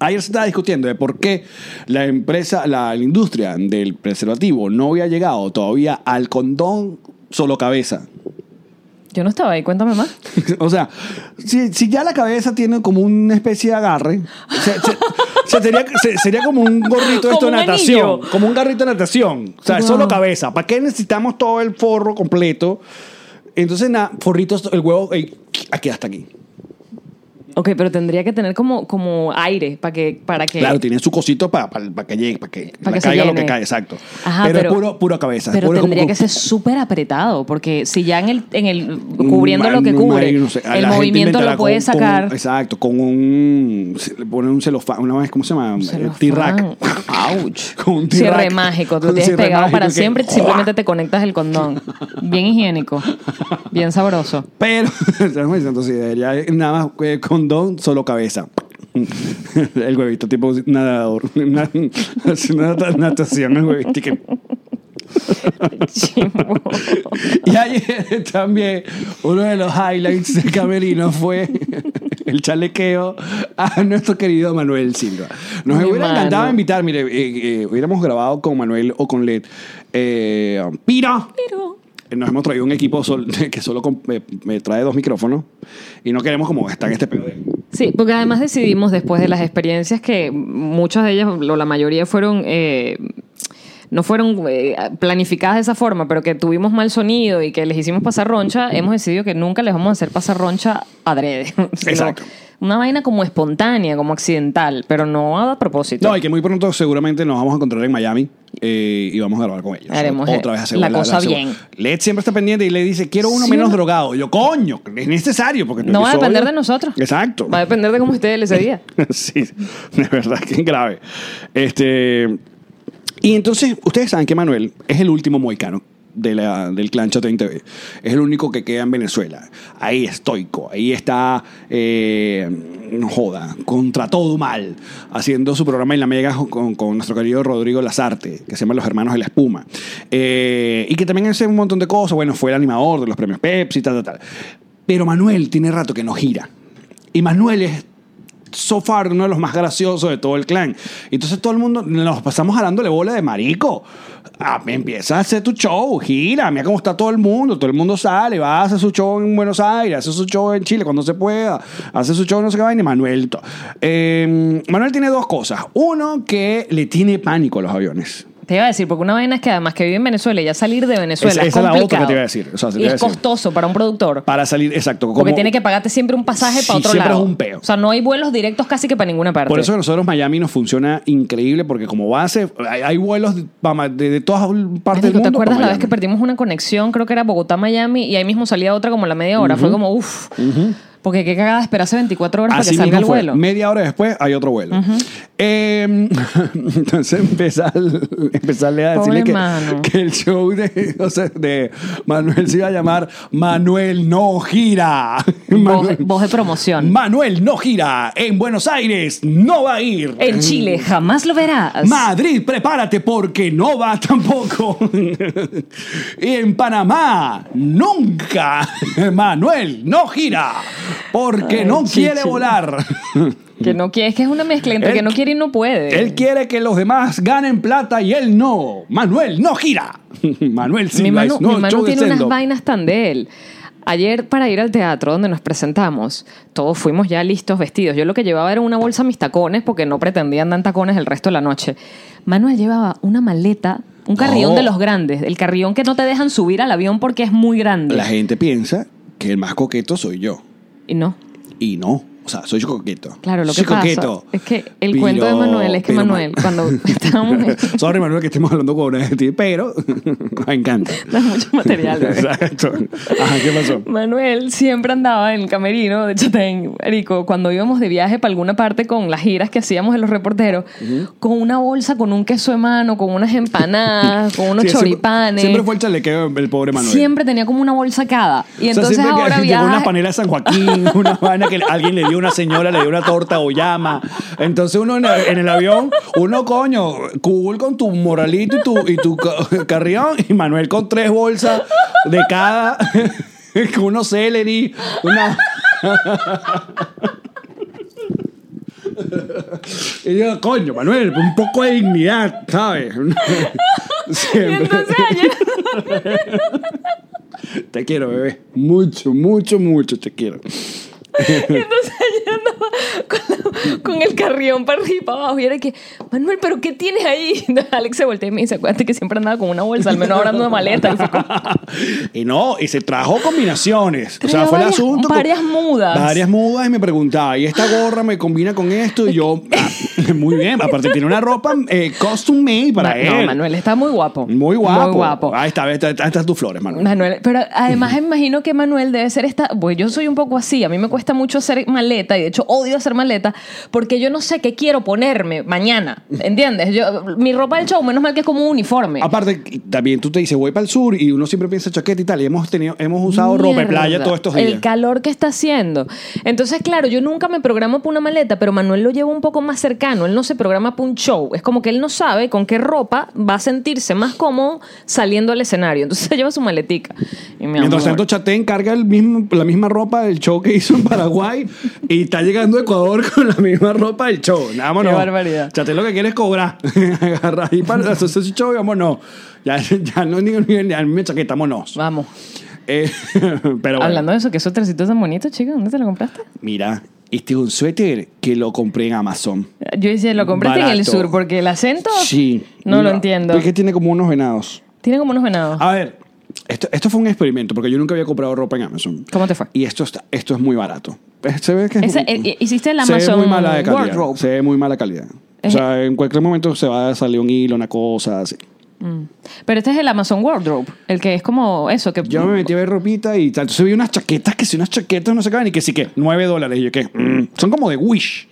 Speaker 1: Ayer se estaba discutiendo de por qué la empresa, la, la industria del preservativo no había llegado todavía al condón solo cabeza.
Speaker 2: Yo no estaba ahí, cuéntame más.
Speaker 1: O sea, si, si ya la cabeza tiene como una especie de agarre, se- se- se sería, se- sería como un gorrito de esto
Speaker 2: Como
Speaker 1: de
Speaker 2: un
Speaker 1: natación.
Speaker 2: anillo.
Speaker 1: Como un gorrito de natación. O sea, es solo
Speaker 2: Wow.
Speaker 1: cabeza. ¿Para qué necesitamos todo el forro completo? Entonces, nada, forritos, el huevo, ey, aquí hasta aquí.
Speaker 2: Ok, pero tendría que tener como, como aire para que, para que
Speaker 1: Claro, tiene su cosito para que llegue, para que,
Speaker 2: Para
Speaker 1: la
Speaker 2: que se
Speaker 1: caiga lo
Speaker 2: llene.
Speaker 1: que cae, exacto.
Speaker 2: Ajá,
Speaker 1: pero, es puro, puro cabeza. es
Speaker 2: Pero
Speaker 1: puro como-
Speaker 2: tendría que ser súper apretado, porque si ya en el, en el
Speaker 1: Mm,
Speaker 2: cubriendo lo que
Speaker 1: no,
Speaker 2: cubre,
Speaker 1: marico, no sé, la
Speaker 2: el
Speaker 1: gente
Speaker 2: movimiento
Speaker 1: inventará
Speaker 2: lo
Speaker 1: con-
Speaker 2: puede
Speaker 1: con-
Speaker 2: sacar.
Speaker 1: exacto, con un. se Le pone un celofán, una vez, ¿cómo se llama? Eh, T-Rack.
Speaker 2: Ouch.
Speaker 1: Con un T-Rack.
Speaker 2: Cierre mágico, tú
Speaker 1: Con un
Speaker 2: tienes
Speaker 1: cierre
Speaker 2: pegado
Speaker 1: mágico
Speaker 2: para
Speaker 1: que-
Speaker 2: siempre,
Speaker 1: ¡Jua!
Speaker 2: simplemente te conectas el condón. Bien higiénico, bien sabroso.
Speaker 1: Pero, estamos diciendo, sí, debería nada más eh, condón, solo cabeza. el huevito, tipo nadador. Una, hace una nat- natación, el huevito. y que-
Speaker 2: Chimbo.
Speaker 1: Y ayer también uno de los highlights del camerino fue el chalequeo a nuestro querido Manuel Silva. Nos
Speaker 2: Mi
Speaker 1: hubiera
Speaker 2: mano.
Speaker 1: encantado invitar, mire, eh, eh, hubiéramos grabado con Manuel o con Led. Eh, Piro.
Speaker 2: Pero,
Speaker 1: Nos hemos traído un equipo sol- que solo con- me, me trae dos micrófonos y no queremos como estar en este pedo de-
Speaker 2: Sí, porque además decidimos después de las experiencias que muchas de ellas, o la mayoría fueron eh, no fueron eh, planificadas de esa forma, pero que tuvimos mal sonido y que les hicimos pasar roncha, hemos decidido que nunca les vamos a hacer pasar roncha adrede. sino
Speaker 1: Exacto.
Speaker 2: Una vaina como espontánea, como accidental, pero no a propósito.
Speaker 1: No, y que muy pronto seguramente nos vamos a encontrar en Miami eh, y vamos a grabar con ellos.
Speaker 2: Haremos, eh,
Speaker 1: Otra vez hacemos
Speaker 2: la cosa
Speaker 1: hacemos.
Speaker 2: bien.
Speaker 1: Led siempre está pendiente y le dice, quiero uno
Speaker 2: Sí,
Speaker 1: menos
Speaker 2: ¿no?
Speaker 1: drogado. Y yo, coño, es necesario porque tu
Speaker 2: No va a
Speaker 1: episodio-
Speaker 2: depender de nosotros.
Speaker 1: Exacto.
Speaker 2: Va a depender de cómo esté ese día.
Speaker 1: sí, de verdad que es grave. Este, y entonces, ustedes saben que Manuel es el último mohicano de la, del clan Chatein TV. Es el único que queda en Venezuela. Ahí estoico, ahí está, eh, no joda, contra todo mal, haciendo su programa en la mega con, con nuestro querido Rodrigo Lazarte, que se llama Los Hermanos de la Espuma. Eh, y que también hace un montón de cosas. Bueno, fue el animador de los premios Pepsi, tal, tal, tal. Pero Manuel tiene rato que no gira. Y Manuel es so far uno de los más graciosos de todo el clan. Entonces todo el mundo nos pasamos jalándole bola de marico. Ah, empieza a hacer tu show, gira, mira cómo está todo el mundo. Todo el mundo sale, va a hacer su show en Buenos Aires, hace su show en Chile cuando se pueda, hace su show en no sé qué vaina. y Manuel, to- Eh, Manuel tiene dos cosas. Uno, que le tiene pánico a los aviones.
Speaker 2: Te iba a decir, porque una vaina es que además que vive en Venezuela y ya salir de Venezuela
Speaker 1: Esa-
Speaker 2: es
Speaker 1: esa es la otra
Speaker 2: complicado.
Speaker 1: que te iba a decir. O sea, te
Speaker 2: y
Speaker 1: iba a
Speaker 2: es
Speaker 1: decir.
Speaker 2: costoso para un productor.
Speaker 1: Para salir, exacto.
Speaker 2: porque
Speaker 1: como-
Speaker 2: tiene que pagarte siempre un pasaje
Speaker 1: Sí,
Speaker 2: para otro
Speaker 1: siempre
Speaker 2: lado.
Speaker 1: es un peo.
Speaker 2: O sea, no hay vuelos directos casi que para ninguna parte.
Speaker 1: Por eso que nosotros Miami nos funciona increíble porque como base hay, hay vuelos de, pa- de- de todas partes del
Speaker 2: Marico,
Speaker 1: mundo.
Speaker 2: ¿Te acuerdas
Speaker 1: pa'
Speaker 2: la vez
Speaker 1: Miami.
Speaker 2: que perdimos una conexión? Creo que era Bogotá-Miami y ahí mismo salía otra como a la media hora. Fue como, uff, porque qué cagada esperarse 24 horas para que
Speaker 1: mismo
Speaker 2: salga el
Speaker 1: fue.
Speaker 2: vuelo.
Speaker 1: Media hora después hay otro vuelo. Eh, entonces empezar, empezarle a
Speaker 2: Pobre
Speaker 1: decirle que,
Speaker 2: mano.
Speaker 1: que el show de, o sea, de Manuel se iba a llamar Manuel no gira.
Speaker 2: Voz, voz de promoción.
Speaker 1: Manuel no gira. En Buenos Aires no va a ir.
Speaker 2: en
Speaker 1: Eh,
Speaker 2: Chile jamás lo verás.
Speaker 1: Madrid, prepárate porque no va tampoco. y en Panamá, nunca. Manuel, no gira porque
Speaker 2: Ay,
Speaker 1: no
Speaker 2: chichi.
Speaker 1: quiere volar.
Speaker 2: que no quiere, es que es una mezcla entre
Speaker 1: Él-
Speaker 2: que no quiere y no puede.
Speaker 1: Él quiere que los demás ganen plata y él no. Manuel no gira. Manuel sí
Speaker 2: mi mano,
Speaker 1: no,
Speaker 2: mi mano
Speaker 1: show de
Speaker 2: tiene unas
Speaker 1: stand-up.
Speaker 2: vainas tan de él. Ayer para ir al teatro donde nos presentamos, todos fuimos ya listos vestidos. Yo lo que llevaba era una bolsa mis tacones porque no pretendía andar en tacones el resto de la noche. Manuel llevaba una maleta, un carrión
Speaker 1: No.
Speaker 2: de los grandes, el carrión que no te dejan subir al avión porque es muy grande.
Speaker 1: La gente piensa que el más coqueto soy yo.
Speaker 2: Y no.
Speaker 1: Y no. O sea, soy yo coqueto.
Speaker 2: Claro, lo
Speaker 1: Soy
Speaker 2: que pasa
Speaker 1: coqueto.
Speaker 2: es que el
Speaker 1: Pero-
Speaker 2: cuento de Manuel es que
Speaker 1: pero
Speaker 2: Manuel,
Speaker 1: Ma-
Speaker 2: cuando estábamos...
Speaker 1: Sorry, Manuel, que estemos hablando con una de ti, pero me encanta.
Speaker 2: Da mucho material, bebé.
Speaker 1: Exacto. Ajá, ¿qué pasó?
Speaker 2: Manuel siempre andaba en el camerino de Chatén, Rico, cuando íbamos de viaje para alguna parte con las giras que hacíamos en los reporteros, con una bolsa, con un queso de mano, con unas empanadas, con unos
Speaker 1: Sí, siempre-
Speaker 2: choripanes.
Speaker 1: Siempre, fue el chalequeo el pobre Manuel.
Speaker 2: Siempre tenía como una bolsa cada. Y
Speaker 1: O sea,
Speaker 2: entonces
Speaker 1: siempre que
Speaker 2: ahora
Speaker 1: llegó una
Speaker 2: viaja.
Speaker 1: panela de San Joaquín, una vaina que alguien le dio una señora, le dio una torta o llama. Entonces uno en el, en el avión, uno coño, cool con tu moralito y tu, y tu ca- carrión, y Manuel con tres bolsas de cada, con unos celery, una... Y yo, coño, Manuel, un poco de dignidad, ¿sabes?
Speaker 2: Y
Speaker 1: Siempre.
Speaker 2: entonces ayer.
Speaker 1: Te quiero, bebé. Mucho, mucho, mucho te quiero.
Speaker 2: Y entonces ella andaba con, la- con el carrión para arriba y para abajo. Y era que, Manuel, ¿pero qué tienes ahí? Alex se voltea y me dice, acuérdate que siempre andaba con una bolsa, al menos ahora ando de maleta. Y fue como,
Speaker 1: y no, y se trajo combinaciones. O sea,
Speaker 2: Traía
Speaker 1: fue el
Speaker 2: varias-
Speaker 1: asunto. con-
Speaker 2: varias mudas.
Speaker 1: Varias mudas y me preguntaba, ¿y esta gorra me combina con esto? Y yo, ah, muy bien. Aparte, tiene una ropa eh, custom made para
Speaker 2: Ma-
Speaker 1: él.
Speaker 2: No, Manuel está muy guapo.
Speaker 1: Muy guapo.
Speaker 2: Muy guapo.
Speaker 1: Ahí está, ahí está- ahí están tus flores, Manuel.
Speaker 2: Manuel, pero además me imagino que Manuel debe ser esta, pues yo soy un poco así, a mí me cuesta mucho hacer maleta y de hecho odio hacer maleta porque yo no sé qué quiero ponerme mañana, ¿entiendes? Yo, mi ropa del show, menos mal que es como un uniforme.
Speaker 1: Aparte, también tú te dices, voy para el sur y uno siempre piensa chaqueta y tal. Y hemos, tenido, hemos usado ropa de
Speaker 2: Mierda,
Speaker 1: playa todos estos días.
Speaker 2: El calor que está haciendo. Entonces, claro, yo nunca me programo para una maleta, pero Manuel lo lleva un poco más cercano. Él no se programa para un show. Es como que él no sabe con qué ropa va a sentirse más cómodo saliendo al escenario. Entonces se lleva su maletica. Y, mi
Speaker 1: Mientras
Speaker 2: amor,
Speaker 1: tanto, Chatén carga el mismo, la misma ropa del show que hizo en Paraguay y está llegando a Ecuador con la misma ropa del show. Vámonos.
Speaker 2: Qué barbaridad.
Speaker 1: Chatén lo que quiere es cobrar. Agarra ahí para hacer su show y vámonos. Ya, ya no digo ni ni- a mí me chaqueta, vámonos.
Speaker 2: Vamos.
Speaker 1: Eh, pero bueno,
Speaker 2: Hablando de eso, que esos tresitos tan bonitos, chica, ¿dónde te lo compraste?
Speaker 1: mira. este es un suéter que lo compré en Amazon.
Speaker 2: Yo decía, lo compraste en el
Speaker 1: Barato.
Speaker 2: sur porque el acento
Speaker 1: Sí.
Speaker 2: no lo entiendo. Ah.
Speaker 1: Porque Ah. tiene como unos venados.
Speaker 2: Tiene como unos venados.
Speaker 1: A ver, esto, esto fue un experimento porque yo nunca había comprado ropa en Amazon.
Speaker 2: ¿Cómo te fue?
Speaker 1: Y esto, está, esto es muy barato. Eh, Se ve que es
Speaker 2: Ese-
Speaker 1: muy-
Speaker 2: eh, eh, hiciste el
Speaker 1: se ve
Speaker 2: Amazon
Speaker 1: muy mala de calidad.
Speaker 2: Wardrobe. Eh.
Speaker 1: Se ve muy mala calidad. O
Speaker 2: Es-
Speaker 1: sea, en cualquier momento se va a salir un hilo, una cosa así.
Speaker 2: Pero este es el Amazon Wardrobe, el que es como eso, que
Speaker 1: Yo me metí a ver ropita y tal. Entonces vi unas chaquetas que si unas chaquetas no se caben y que sí que 9 dólares. Y yo que mm, son como de Wish,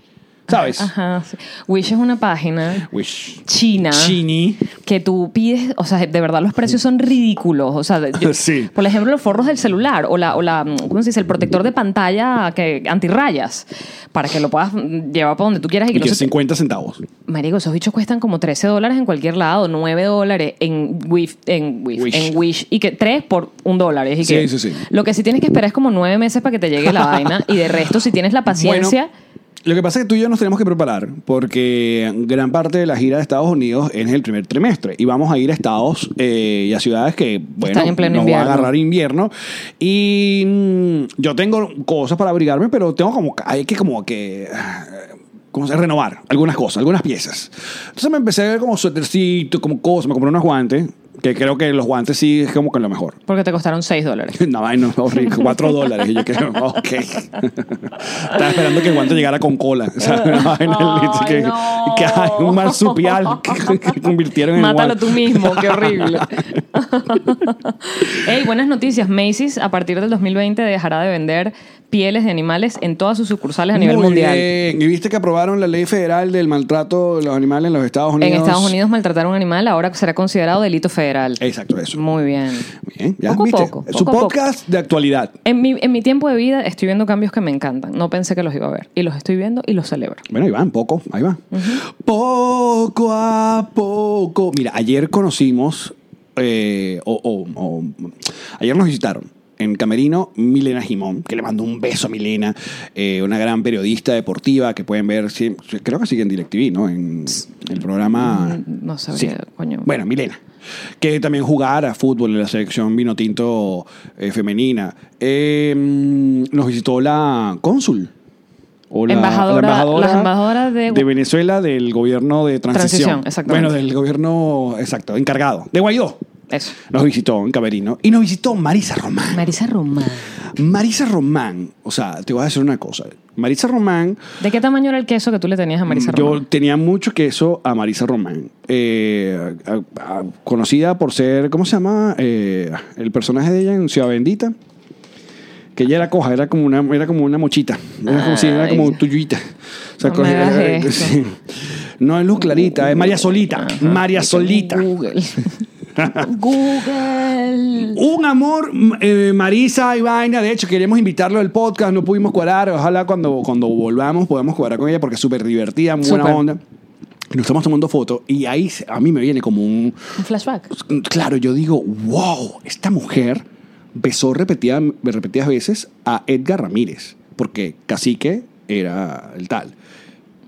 Speaker 1: ¿sabes?
Speaker 2: Ajá. sí. Wish es una página
Speaker 1: Wish.
Speaker 2: china.
Speaker 1: Chini.
Speaker 2: que tú pides, o sea, de verdad los precios son ridículos. O sea, de- yo-
Speaker 1: Sí.
Speaker 2: por ejemplo, los forros del celular o la, o la, mm, ¿cómo se dice? El protector de pantalla que antirrayas para que lo puedas mm, llevar para donde tú quieras y que
Speaker 1: Y
Speaker 2: no
Speaker 1: que
Speaker 2: se te-
Speaker 1: 50 centavos.
Speaker 2: Marico, esos bichos cuestan como 13 dólares en cualquier lado, 9 dólares en, Wif- en, Wif-
Speaker 1: Wish.
Speaker 2: en Wish y que 3 por 1 dólar. Y
Speaker 1: Sí,
Speaker 2: que
Speaker 1: sí, sí.
Speaker 2: Lo que sí tienes que esperar es como 9 meses para que te llegue la vaina y de resto, si tienes la paciencia,
Speaker 1: Bueno, lo que pasa es que tú y yo nos tenemos que preparar porque gran parte de la gira de Estados Unidos es en el primer trimestre y vamos a ir a estados eh, y a ciudades que, bueno,
Speaker 2: Están en pleno
Speaker 1: nos va
Speaker 2: invierno.
Speaker 1: a agarrar invierno. Y mm, yo tengo cosas para abrigarme, pero tengo como, hay que como que... ah, ¿Cómo se Renovar algunas cosas, algunas piezas. Entonces me empecé a ver como suétercito, como cosas. Me compré unos guantes, que creo que los guantes sí es como que lo mejor.
Speaker 2: porque te costaron 6 dólares.
Speaker 1: No, ay, no, no, rico, cuatro dólares. Y yo que, ok. Estaba esperando que el guante llegara con cola. O sea, una vaina,
Speaker 2: Ay,
Speaker 1: que,
Speaker 2: no.
Speaker 1: que hay un marsupial que, que convirtieron en
Speaker 2: Mátalo
Speaker 1: guante.
Speaker 2: tú mismo, qué horrible. Ey, buenas noticias. Macy's a partir del 2020 dejará de vender pieles de animales en todas sus sucursales a nivel
Speaker 1: Muy
Speaker 2: mundial.
Speaker 1: bien. Y viste que aprobaron la ley federal del maltrato de los animales en los Estados Unidos.
Speaker 2: En Estados Unidos maltratar a un animal ahora será considerado delito federal.
Speaker 1: Exacto, eso.
Speaker 2: Muy bien.
Speaker 1: Bien, ya
Speaker 2: Mm. Poco a
Speaker 1: viste.
Speaker 2: poco,
Speaker 1: Su
Speaker 2: poco a poco.
Speaker 1: podcast de actualidad.
Speaker 2: En mi, en mi tiempo de vida estoy viendo cambios que me encantan. No pensé que los iba a ver. Y los estoy viendo y los celebro.
Speaker 1: Bueno, ahí van, poco, ahí va. Poco a poco. Mira, ayer conocimos, eh, o, o- o- ayer nos visitaron en Camerino Milena Jimón, que le mando un beso a Milena, eh, una gran periodista deportiva que pueden ver, sí, creo que sigue en DirecTV, ¿no? En el programa...
Speaker 2: Mm, no sabría, coño.
Speaker 1: Bueno, Milena, que también jugara fútbol en la selección vino tinto eh, femenina. Eh, mm, nos visitó la cónsul. O la,
Speaker 2: Embajadora-
Speaker 1: la embajadora,
Speaker 2: la embajadora de-
Speaker 1: Venezuela del gobierno de transición.
Speaker 2: Transición, exactamente.
Speaker 1: Bueno, del gobierno, exacto, encargado. De Guaidó.
Speaker 2: Eso.
Speaker 1: Nos visitó en Camerino. Y nos visitó Marisa Román.
Speaker 2: Marisa Román.
Speaker 1: Marisa Román, o sea, te voy a decir una cosa. Marisa Román
Speaker 2: ¿De qué tamaño era el queso que tú le tenías a Marisa
Speaker 1: yo
Speaker 2: Román?
Speaker 1: tenía mucho queso a Marisa Román. Eh, a- a- conocida por ser, ¿cómo se llama? Eh, el personaje de ella en Ciudad Bendita. Que ella era coja, era como una, era como una mochita. Era como, sí, era como
Speaker 2: Ay.
Speaker 1: tuyuita. O sea,
Speaker 2: No
Speaker 1: coge-
Speaker 2: me hagas
Speaker 1: eh,
Speaker 2: esto.
Speaker 1: sí. No es Luz Clarita, es María Solita. María Solita.
Speaker 2: Google. Google.
Speaker 1: Un amor, m- eh, Marisa y vaina. De hecho, queremos invitarlo al podcast. No pudimos cuadrar. Ojalá cuando, cuando volvamos podamos cuadrar con ella porque es súper divertida, muy buena
Speaker 2: Súper.
Speaker 1: onda. Nos estamos tomando fotos y ahí se- a mí me viene como un.
Speaker 2: Un flashback.
Speaker 1: Claro, yo digo, wow, esta mujer besó repetida- repetidas veces a Edgar Ramírez porque Cacique era el tal.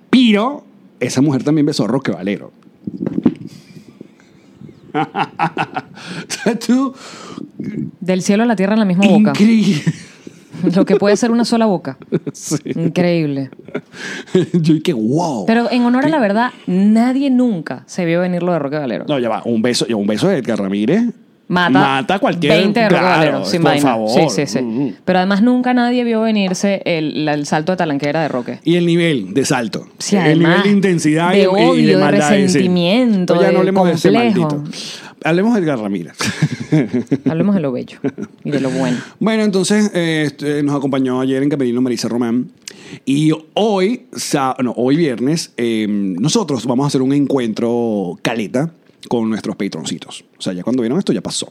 Speaker 1: Pero esa mujer también besó a Roque Valero. o sea, tú.
Speaker 2: Del cielo a la tierra en la misma boca.
Speaker 1: Increíble.
Speaker 2: Lo que puede ser una sola boca.
Speaker 1: Sí.
Speaker 2: Increíble.
Speaker 1: Yo dije, wow.
Speaker 2: Pero en honor a la verdad, nadie nunca se vio venir lo de Roque Valero.
Speaker 1: no, ya va. Un beso, ya un beso de Edgar Ramírez.
Speaker 2: Mata,
Speaker 1: Mata a cualquier.
Speaker 2: 20 de Roque
Speaker 1: claro,
Speaker 2: Valero, sin
Speaker 1: por
Speaker 2: vaina.
Speaker 1: favor.
Speaker 2: Sí, sí, sí.
Speaker 1: Mm.
Speaker 2: Pero además nunca nadie vio venirse el, la- el salto de talanquera de Roque.
Speaker 1: Y el nivel de salto.
Speaker 2: Sí,
Speaker 1: el
Speaker 2: además,
Speaker 1: nivel de intensidad y-
Speaker 2: de
Speaker 1: y,
Speaker 2: odio,
Speaker 1: de
Speaker 2: de
Speaker 1: maldad. sí.
Speaker 2: resentimiento,
Speaker 1: Pues ya
Speaker 2: de
Speaker 1: no hablemos de ese
Speaker 2: complejo.
Speaker 1: maldito. Hablemos de Edgar Ramírez.
Speaker 2: Hablemos de lo bello y de lo bueno.
Speaker 1: Bueno, entonces eh, este, nos acompañó ayer en Camerino Marisa Román. Y hoy, sa- no, hoy viernes, eh, nosotros vamos a hacer un encuentro caleta con nuestros patroncitos. O sea, ya cuando vieron esto, ya pasó.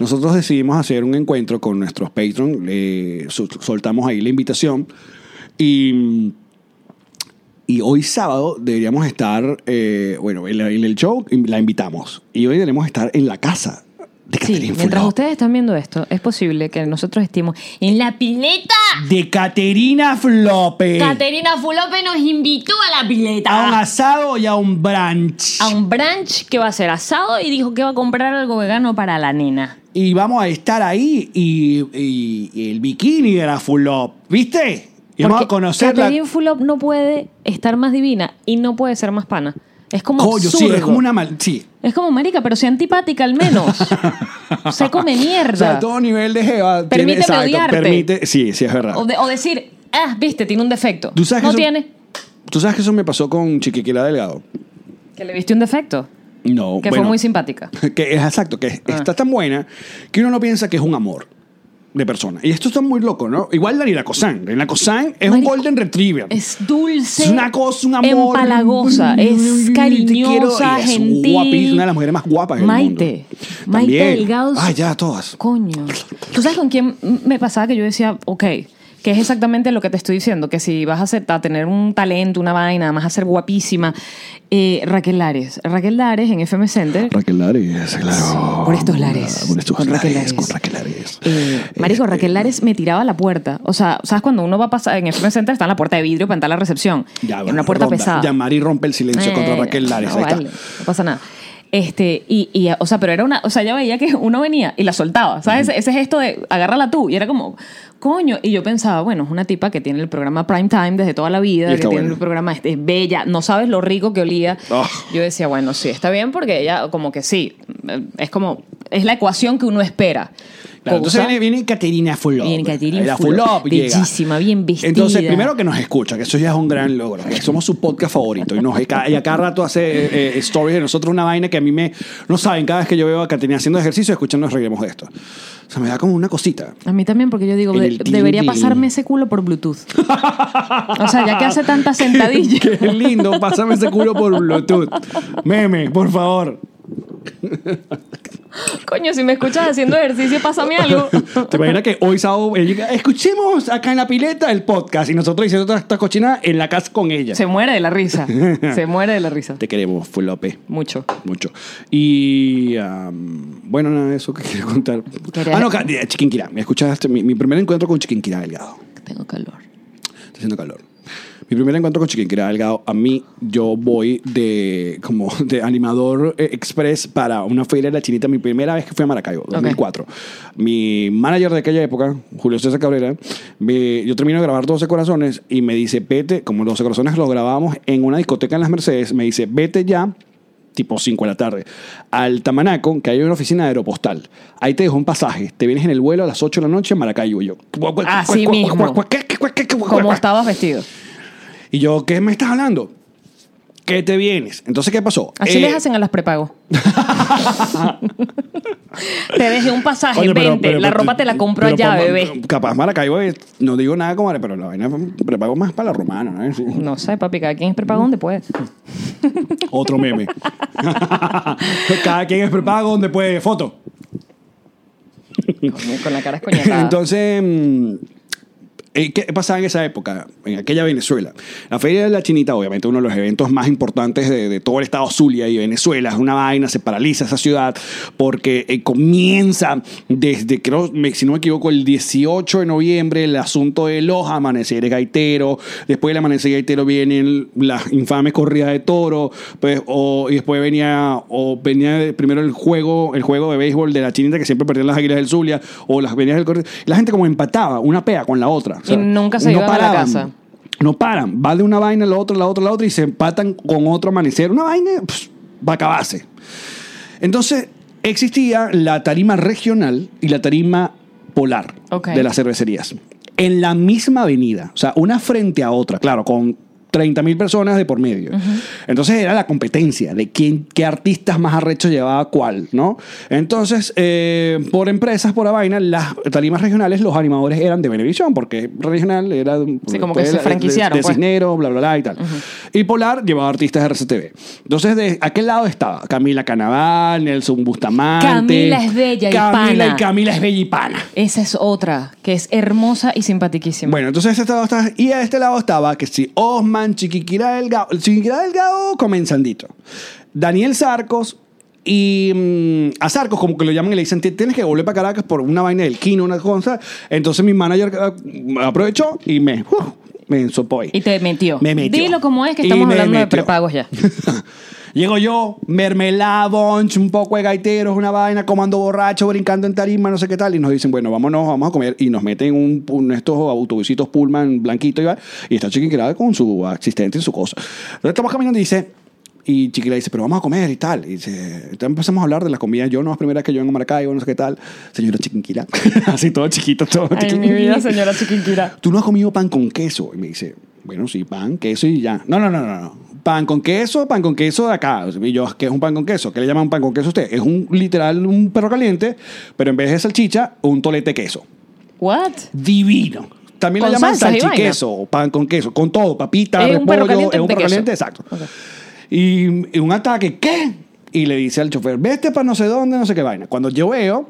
Speaker 1: Nosotros decidimos hacer un encuentro con nuestros patrons. Le sol- soltamos ahí la invitación. Y. Y hoy sábado deberíamos estar, eh, bueno, en, la- en el show la invitamos. Y hoy deberíamos estar en la casa de
Speaker 2: Sí,
Speaker 1: Catherine
Speaker 2: mientras
Speaker 1: Fulop.
Speaker 2: ustedes están viendo esto, es posible que nosotros estemos en la pileta.
Speaker 1: de Caterina Flope.
Speaker 2: Caterina Fulope nos invitó a la pileta.
Speaker 1: a un asado y a un brunch.
Speaker 2: Ah. a un brunch que va a ser asado y dijo que va a comprar algo vegano para la nena.
Speaker 1: Y vamos a estar ahí y, y- y el bikini de la Fulop. ¿Viste? Y vamos a conocer la...
Speaker 2: Catherine Fulop no puede estar más divina y no puede ser más pana. Es como
Speaker 1: Coño, sí, es
Speaker 2: absurdo.
Speaker 1: como una mal... Sí.
Speaker 2: Es como, marica, pero sea antipática al menos. Se come mierda.
Speaker 1: O sea, todo nivel de jeva tiene-
Speaker 2: Permíteme
Speaker 1: exacto,
Speaker 2: odiarte.
Speaker 1: Permite, sí, sí, es verdad.
Speaker 2: O, de- o decir, ah, viste, tiene un defecto.
Speaker 1: ¿Tú sabes que
Speaker 2: no
Speaker 1: eso-
Speaker 2: tiene.
Speaker 1: ¿Tú sabes que eso me pasó con Chiquiquila Delgado?
Speaker 2: Que le viste un defecto.
Speaker 1: No,
Speaker 2: Que
Speaker 1: bueno,
Speaker 2: fue muy Ah. simpática.
Speaker 1: Que es exacto, que es- está tan buena que uno no piensa que es un amor de persona. Y esto está muy loco, ¿no? Igual Daniela Cosán. Daniela Cosán es un
Speaker 2: Marico,
Speaker 1: Golden Retriever.
Speaker 2: Es dulce.
Speaker 1: Es una cosa, un amor.
Speaker 2: Empalagosa. Es
Speaker 1: Te quiero.
Speaker 2: cariñosa,
Speaker 1: Y es
Speaker 2: gentil.
Speaker 1: guapísima, una de las mujeres más guapas del
Speaker 2: Maite.
Speaker 1: mundo.
Speaker 2: Maite
Speaker 1: También.
Speaker 2: Delgado.
Speaker 1: Ah, ya, todas.
Speaker 2: Coño. ¿Tú sabes con quién me pasaba que yo decía, ok, que es exactamente lo que te estoy diciendo, que si vas a, ser- a tener un talento, una vaina, vas a ser guapísima. Eh, Raquel Lares. Raquel Lares en FM Center.
Speaker 1: Raquel Lares, claro.
Speaker 2: Por estos lares.
Speaker 1: Por estos
Speaker 2: Con
Speaker 1: lares,
Speaker 2: Raquel Lares.
Speaker 1: con Raquel Lares.
Speaker 2: Eh, marico,
Speaker 1: Este,
Speaker 2: Raquel Lares me tiraba a la puerta. O sea, ¿sabes cuando uno va a pasar en FM Center? Está en la puerta de vidrio para entrar a la recepción.
Speaker 1: Ya,
Speaker 2: en una puerta
Speaker 1: ronda.
Speaker 2: pesada.
Speaker 1: Ya Mari rompe el silencio contra
Speaker 2: Eh,
Speaker 1: Raquel Lares.
Speaker 2: no,
Speaker 1: Ahí
Speaker 2: vale,
Speaker 1: está.
Speaker 2: no pasa nada. Este, y, y, o sea, pero era una, o sea, ya veía que uno venía y la soltaba, ¿sabes? Ese gesto de agárrala tú, y era como, coño, y yo pensaba, bueno, es una tipa que tiene el programa Prime Time desde toda la vida,
Speaker 1: Y
Speaker 2: que
Speaker 1: está
Speaker 2: tiene
Speaker 1: buena.
Speaker 2: el programa, este, es bella, no sabes lo rico que olía.
Speaker 1: Ah.
Speaker 2: Yo decía, bueno, sí, está bien, porque ella, como que sí, eh, es como, es la ecuación que uno espera.
Speaker 1: Claro, entonces
Speaker 2: Cosa-
Speaker 1: viene, viene Caterina Fulop.
Speaker 2: Viene Caterina
Speaker 1: La
Speaker 2: Fulop,
Speaker 1: Fulop llega.
Speaker 2: bellísima, bien vestida.
Speaker 1: Entonces, primero que nos escucha, que eso ya es un gran logro. que somos su podcast favorito. Y, nos, y ca- y a cada rato hace eh, eh, stories de nosotros una vaina que a mí me... No saben, cada vez que yo veo a Caterina haciendo ejercicio, escuchan nos reiremos de esto. O sea, me da como una cosita.
Speaker 2: A mí también, porque yo digo,
Speaker 1: En
Speaker 2: de-
Speaker 1: el
Speaker 2: debería
Speaker 1: tilín.
Speaker 2: pasarme ese culo por Bluetooth. o sea, ya que hace tantas sentadillas.
Speaker 1: Qué lindo, pásame ese culo por Bluetooth. Meme, por favor.
Speaker 2: Coño, si me escuchas haciendo ejercicio, pásame algo.
Speaker 1: ¿Te imaginas que hoy sábado ella llega, escuchemos acá en la pileta el podcast y nosotros diciendo todas estas cochinas en la casa con ella?
Speaker 2: Se muere de la risa. Se muere de la risa.
Speaker 1: Te queremos, Fulope.
Speaker 2: Mucho.
Speaker 1: Mucho. Y am, bueno, nada de eso que quería contar.
Speaker 2: Quería-
Speaker 1: Ah, no, ca- eh, Chiquinquirá. Me escuchaste mi, mi primer encuentro con Chiquinquirá Delgado.
Speaker 2: Tengo calor.
Speaker 1: Está haciendo calor. Mi primer encuentro con Chiquinquirá Delgado, a mí yo voy de como de animador eh, express para una feria de la chinita. Mi primera vez que fui a Maracaibo, 2004. Mi manager de aquella época, Julio César Cabrera, me- yo termino de grabar 12 corazones y me dice, vete, como 12 corazones lo grabamos en una discoteca en las Mercedes, me dice, vete ya tipo 5 de la tarde, al Tamanaco, que hay una oficina de aeropostal. Ahí te dejo un pasaje. Te vienes en el vuelo a las 8 de la noche a Maracaibo. Y yo,
Speaker 2: Así mismo. Como estabas vestido.
Speaker 1: y yo, ¿qué me estás hablando? Que te vienes. Entonces, ¿qué pasó?
Speaker 2: Así
Speaker 1: Eh,
Speaker 2: les hacen a las prepago. te dejé un pasaje,
Speaker 1: coño, pero-
Speaker 2: vente.
Speaker 1: pero-
Speaker 2: la
Speaker 1: pero- eh,
Speaker 2: ropa te la compro
Speaker 1: pero
Speaker 2: allá,
Speaker 1: pa-
Speaker 2: bebé.
Speaker 1: Capaz Maracaibo, eh, no digo nada como, pero la vaina prepago más para la romana. ¿no? Sí.
Speaker 2: No sé, papi, cada quien es prepago donde puede.
Speaker 1: Otro meme. Cada quien es prepago donde puede. Foto.
Speaker 2: Coño, Con la cara escoñetada.
Speaker 1: Entonces, mm, eh, ¿qué pasaba en esa época? En aquella Venezuela. La Feria de la Chinita, obviamente, uno de los eventos más importantes de, de todo el estado Zulia y Venezuela. Es una vaina, se paraliza esa ciudad porque eh, comienza desde, creo, me- si no me equivoco, el 18 de noviembre, el asunto de los amaneceres gaiteros. Después del amanecer gaitero vienen las infames corridas de toro. Pues, o, y después venía, o venía primero el juego, el juego de béisbol de la Chinita que siempre perdían las águilas del Zulia o las venidas del Correo. La gente como empataba una pea con la otra. O sea,
Speaker 2: Y nunca se iban a la
Speaker 1: paraban.
Speaker 2: casa.
Speaker 1: No paran. Va de una vaina a la otra, a la otra, a la otra y se empatan con otro amanecer. Una vaina, pues, va a acabarse. Entonces, existía la tarima regional y la tarima polar
Speaker 2: Ok.
Speaker 1: de las cervecerías. En la misma avenida. O sea, una frente a otra, claro, con 30.000 personas de por medio. Entonces era la competencia de quién, qué artistas más arrechos llevaba cuál, ¿no? Entonces, eh, por empresas, por la vaina, las tarimas regionales, los animadores eran de Venevisión, porque regional era
Speaker 2: Sí, como que
Speaker 1: de-
Speaker 2: se
Speaker 1: de-
Speaker 2: franquiciaron,
Speaker 1: De,
Speaker 2: pues.
Speaker 1: Cisneros, bla, bla, bla y tal. Y Polar llevaba artistas de RCTV. Entonces, de aquel lado estaba Camila Canaval, Nelson Bustamante.
Speaker 2: Camila es bella y
Speaker 1: Camila
Speaker 2: pana.
Speaker 1: y Camila es bella y pana.
Speaker 2: Esa es otra, que es hermosa y simpatiquísima.
Speaker 1: Bueno, entonces este lado estaba, y a este lado estaba que si Osman, Chiquiquirá Delgado, Chiquiquirá Delgado comenzandito. Daniel Sarcos y mm, a Sarcos como que lo llaman y le dicen, "Ti- tienes que volver para Caracas por una vaina del quino, una cosa. Entonces mi manager eh, aprovechó y me, uh, me ensopó ahí.
Speaker 2: Y te metió.
Speaker 1: Me metió.
Speaker 2: Dilo como es que
Speaker 1: Y
Speaker 2: estamos
Speaker 1: me
Speaker 2: hablando de
Speaker 1: metió.
Speaker 2: prepagos ya.
Speaker 1: Llego yo, mermelada, bonch, un poco de gaiteros, una vaina, comando borracho, brincando en tarima, no sé qué tal. Y nos dicen, bueno, vámonos, vamos a comer. Y nos meten un, un- estos autobusitos Pullman blanquito y va. Y está Chiquinquirá con su asistente y su cosa. Entonces estamos caminando y dice... Y Chiquila dice, pero vamos a comer y tal. Y dice, entonces empezamos a hablar de las comidas. Yo no es primera vez que yo vengo a Maracaibo, no sé qué tal. Señora Chiquinquirá. Así todo chiquito, todo
Speaker 2: Ay, mi vida, señora Chiquinquirá.
Speaker 1: ¿tú no has comido pan con queso? Y me dice, bueno, sí, pan, queso y ya. No, no, no, no, no. Pan con queso, pan con queso de acá. Y yo, ¿qué es un pan con queso? ¿Qué le llaman pan con queso a usted? Es un literal, un perro caliente, pero en vez de salchicha, un tolete de queso.
Speaker 2: What?
Speaker 1: Divino. También le
Speaker 2: Con
Speaker 1: llaman
Speaker 2: salsas y
Speaker 1: salchiqueso, o pan con queso, con todo, papita,
Speaker 2: Es
Speaker 1: repollo,
Speaker 2: un perro caliente
Speaker 1: es un
Speaker 2: de
Speaker 1: perro
Speaker 2: queso.
Speaker 1: caliente, exacto.
Speaker 2: Ok.
Speaker 1: Y, y un ataque, ¿qué? Y le dice al chofer, vete para no sé dónde, no sé qué vaina. Cuando yo veo,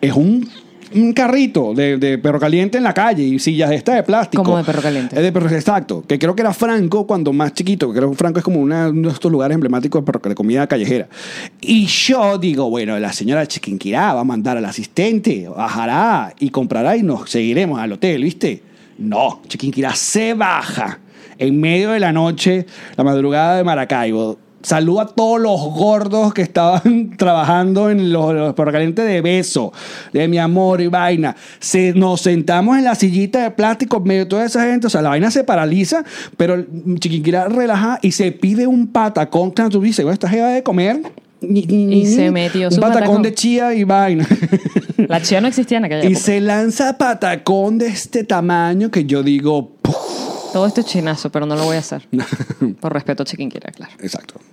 Speaker 1: es un, un carrito de, de perro caliente en la calle y sillas de esta de plástico.
Speaker 2: Como de perro caliente.
Speaker 1: Es de perro exacto. Que creo que era Franco cuando más chiquito. que Creo que Franco es como una- uno de estos lugares emblemáticos de, perro- de comida callejera. Y yo digo, bueno, la señora Chiquinquirá va a mandar al asistente, bajará y comprará y nos seguiremos al hotel, ¿viste? No, Chiquinquirá se baja en medio de la noche, la madrugada de Maracaibo. Saluda a todos los gordos que estaban trabajando en los, los perrocalientes de beso, de mi amor y vaina. Se, nos sentamos en la sillita de plástico en medio de toda esa gente. O sea, la vaina se paraliza, pero Chiquinquirá relaja y se pide un patacón. Claro, tú dices, bueno, esta jeva de comer. Y
Speaker 2: se metió
Speaker 1: Un
Speaker 2: su
Speaker 1: patacón,
Speaker 2: patacón.
Speaker 1: de chía y vaina.
Speaker 2: La chía no existía en aquella
Speaker 1: y
Speaker 2: época.
Speaker 1: se lanza patacón de este tamaño que yo digo, "Puf".
Speaker 2: Todo esto es chinazo, pero no lo voy a hacer. Por respeto a Chiquinquirá, claro.
Speaker 1: Exacto.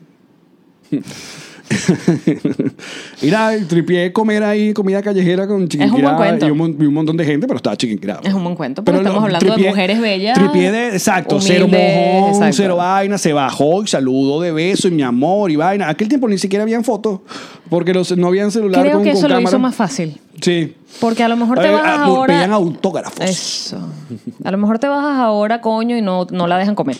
Speaker 1: Ir a tripié comer ahí comida callejera con chiquinquirá
Speaker 2: buen cuento.
Speaker 1: y un, mon- y un montón de gente, pero estaba chiquinquirá.
Speaker 2: Es un buen cuento, pero estamos
Speaker 1: lo-
Speaker 2: hablando de mujeres bellas,
Speaker 1: Tripié de, exacto, cero
Speaker 2: humildes,
Speaker 1: mojón,
Speaker 2: exacto.
Speaker 1: cero vaina, se bajó y saludó de beso y mi amor y vaina. Aquel tiempo ni siquiera habían fotos porque los, no habían celular
Speaker 2: Creo
Speaker 1: con,
Speaker 2: que
Speaker 1: con
Speaker 2: eso lo
Speaker 1: cámara.
Speaker 2: hizo más fácil.
Speaker 1: Sí.
Speaker 2: Porque a lo mejor te
Speaker 1: Eh,
Speaker 2: vas
Speaker 1: ah,
Speaker 2: ahora.
Speaker 1: Pedían autógrafos.
Speaker 2: Eso. A lo mejor te bajas ahora, coño, y no, no la dejan comer.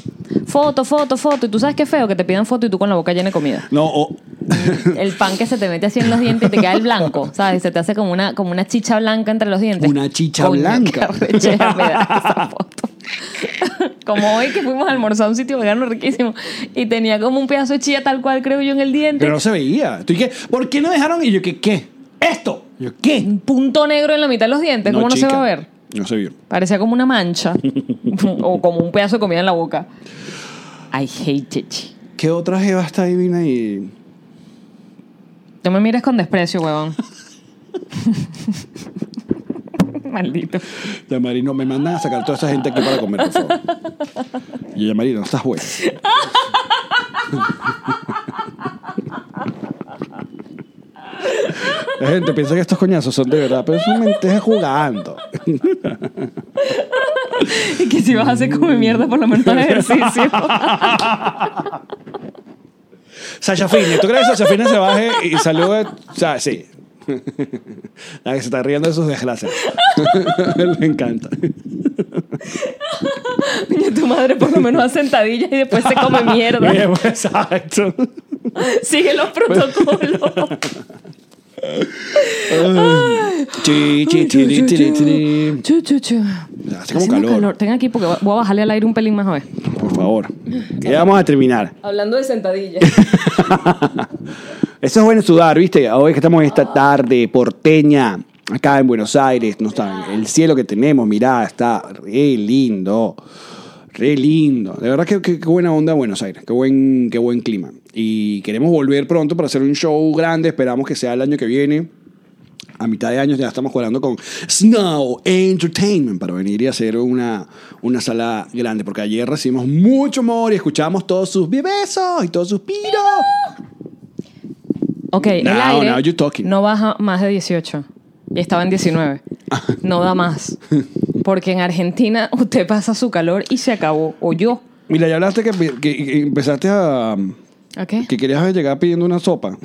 Speaker 2: Foto, foto, foto. Y tú sabes qué feo que te pidan foto y tú con la boca llena de comida.
Speaker 1: No, o-
Speaker 2: El pan que se te mete así en los dientes y te queda el blanco, ¿sabes? Y se te hace como una, como una chicha blanca entre los dientes.
Speaker 1: Una chicha
Speaker 2: Coño,
Speaker 1: blanca.
Speaker 2: qué arrechera me da esa foto. Como hoy que fuimos a almorzar a un sitio vegano riquísimo y tenía como un pedazo de chía tal cual, creo yo, en el diente.
Speaker 1: pero no se veía. Estoy que, ¿Por qué no dejaron? Y yo, ¿qué? ¿Qué? ¿Esto? Yo, ¿qué?
Speaker 2: Un punto negro en la mitad de los dientes. ¿Cómo no se
Speaker 1: chica,
Speaker 2: va a ver?
Speaker 1: No se vio.
Speaker 2: Parecía como una mancha o como un pedazo de comida en la boca. I hate it.
Speaker 1: ¿Qué otra jeva está divina y...?
Speaker 2: No me mires con desprecio, huevón. Maldito.
Speaker 1: Yamari, no, me mandan a sacar toda esa gente aquí para comer, por favor. Y yo, Yamari, no estás buena. La gente piensa que estos coñazos son de verdad, pero es un menteje jugando.
Speaker 2: Y que si vas a hacer come mierda, por lo menos haz ejercicio.
Speaker 1: Sasha Fine, ¿tú crees que Sasha Fine se baje y salude? O sea, sí. La que se está riendo de sus desgracias. Le encanta.
Speaker 2: Coño, tu madre por lo menos hace sentadillas y después se come mierda.
Speaker 1: pues, Exacto.
Speaker 2: Sigue los
Speaker 1: Pues,
Speaker 2: protocolos.
Speaker 1: Chi, chi, chi, chi, chi, chi.
Speaker 2: Chu, chu, chu.
Speaker 1: Hace como calor.
Speaker 2: Tenga aquí porque voy a bajarle al aire un pelín más a ver.
Speaker 1: Por favor. Que ya vamos a terminar.
Speaker 2: Hablando de sentadillas.
Speaker 1: Eso es bueno sudar, ¿viste? Hoy que estamos esta tarde porteña, acá en Buenos Aires, no saben, el cielo que tenemos, mirá, está re lindo, re lindo. De verdad que, que- que buena onda Buenos Aires, qué buen, qué buen clima. Y queremos volver pronto para hacer un show grande, esperamos que sea el año que viene. A mitad de año ya estamos colaborando con Snow Entertainment para venir y hacer una, una sala grande, porque ayer recibimos mucho amor y escuchamos todos sus besos y todos sus piros.
Speaker 2: Ok, el
Speaker 1: Now,
Speaker 2: aire
Speaker 1: now you're talking.
Speaker 2: no baja más de 18. Y estaba en 19. No da más. Porque en Argentina usted pasa su calor y se acabó. O yo.
Speaker 1: Mira, ya hablaste que, que- que empezaste a...
Speaker 2: ¿A qué?
Speaker 1: Que querías llegar pidiendo una sopa.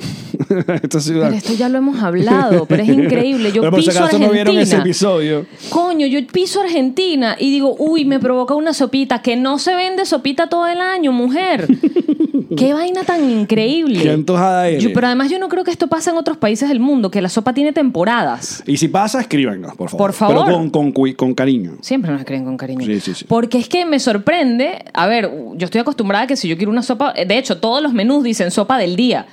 Speaker 1: esta ciudad.
Speaker 2: Pero esto ya lo hemos hablado, pero es increíble. Yo
Speaker 1: Pero por si
Speaker 2: piso
Speaker 1: acaso
Speaker 2: Argentina.
Speaker 1: no vieron ese episodio.
Speaker 2: Coño, yo piso Argentina y digo, uy, me provoca una sopita que no se vende sopita todo el año, mujer. Qué vaina tan increíble.
Speaker 1: Qué antojada eres.
Speaker 2: Yo- pero además yo no creo que esto pase en otros países del mundo, que la sopa tiene temporadas.
Speaker 1: Y si pasa, escríbanos, por favor.
Speaker 2: Por favor.
Speaker 1: Pero con, con, cui- con cariño.
Speaker 2: Siempre nos escriben con cariño.
Speaker 1: Sí, sí, sí.
Speaker 2: Porque es que me sorprende. A ver, yo estoy acostumbrada a que si yo quiero una sopa. eh, De hecho, todos los menús dicen sopa del día.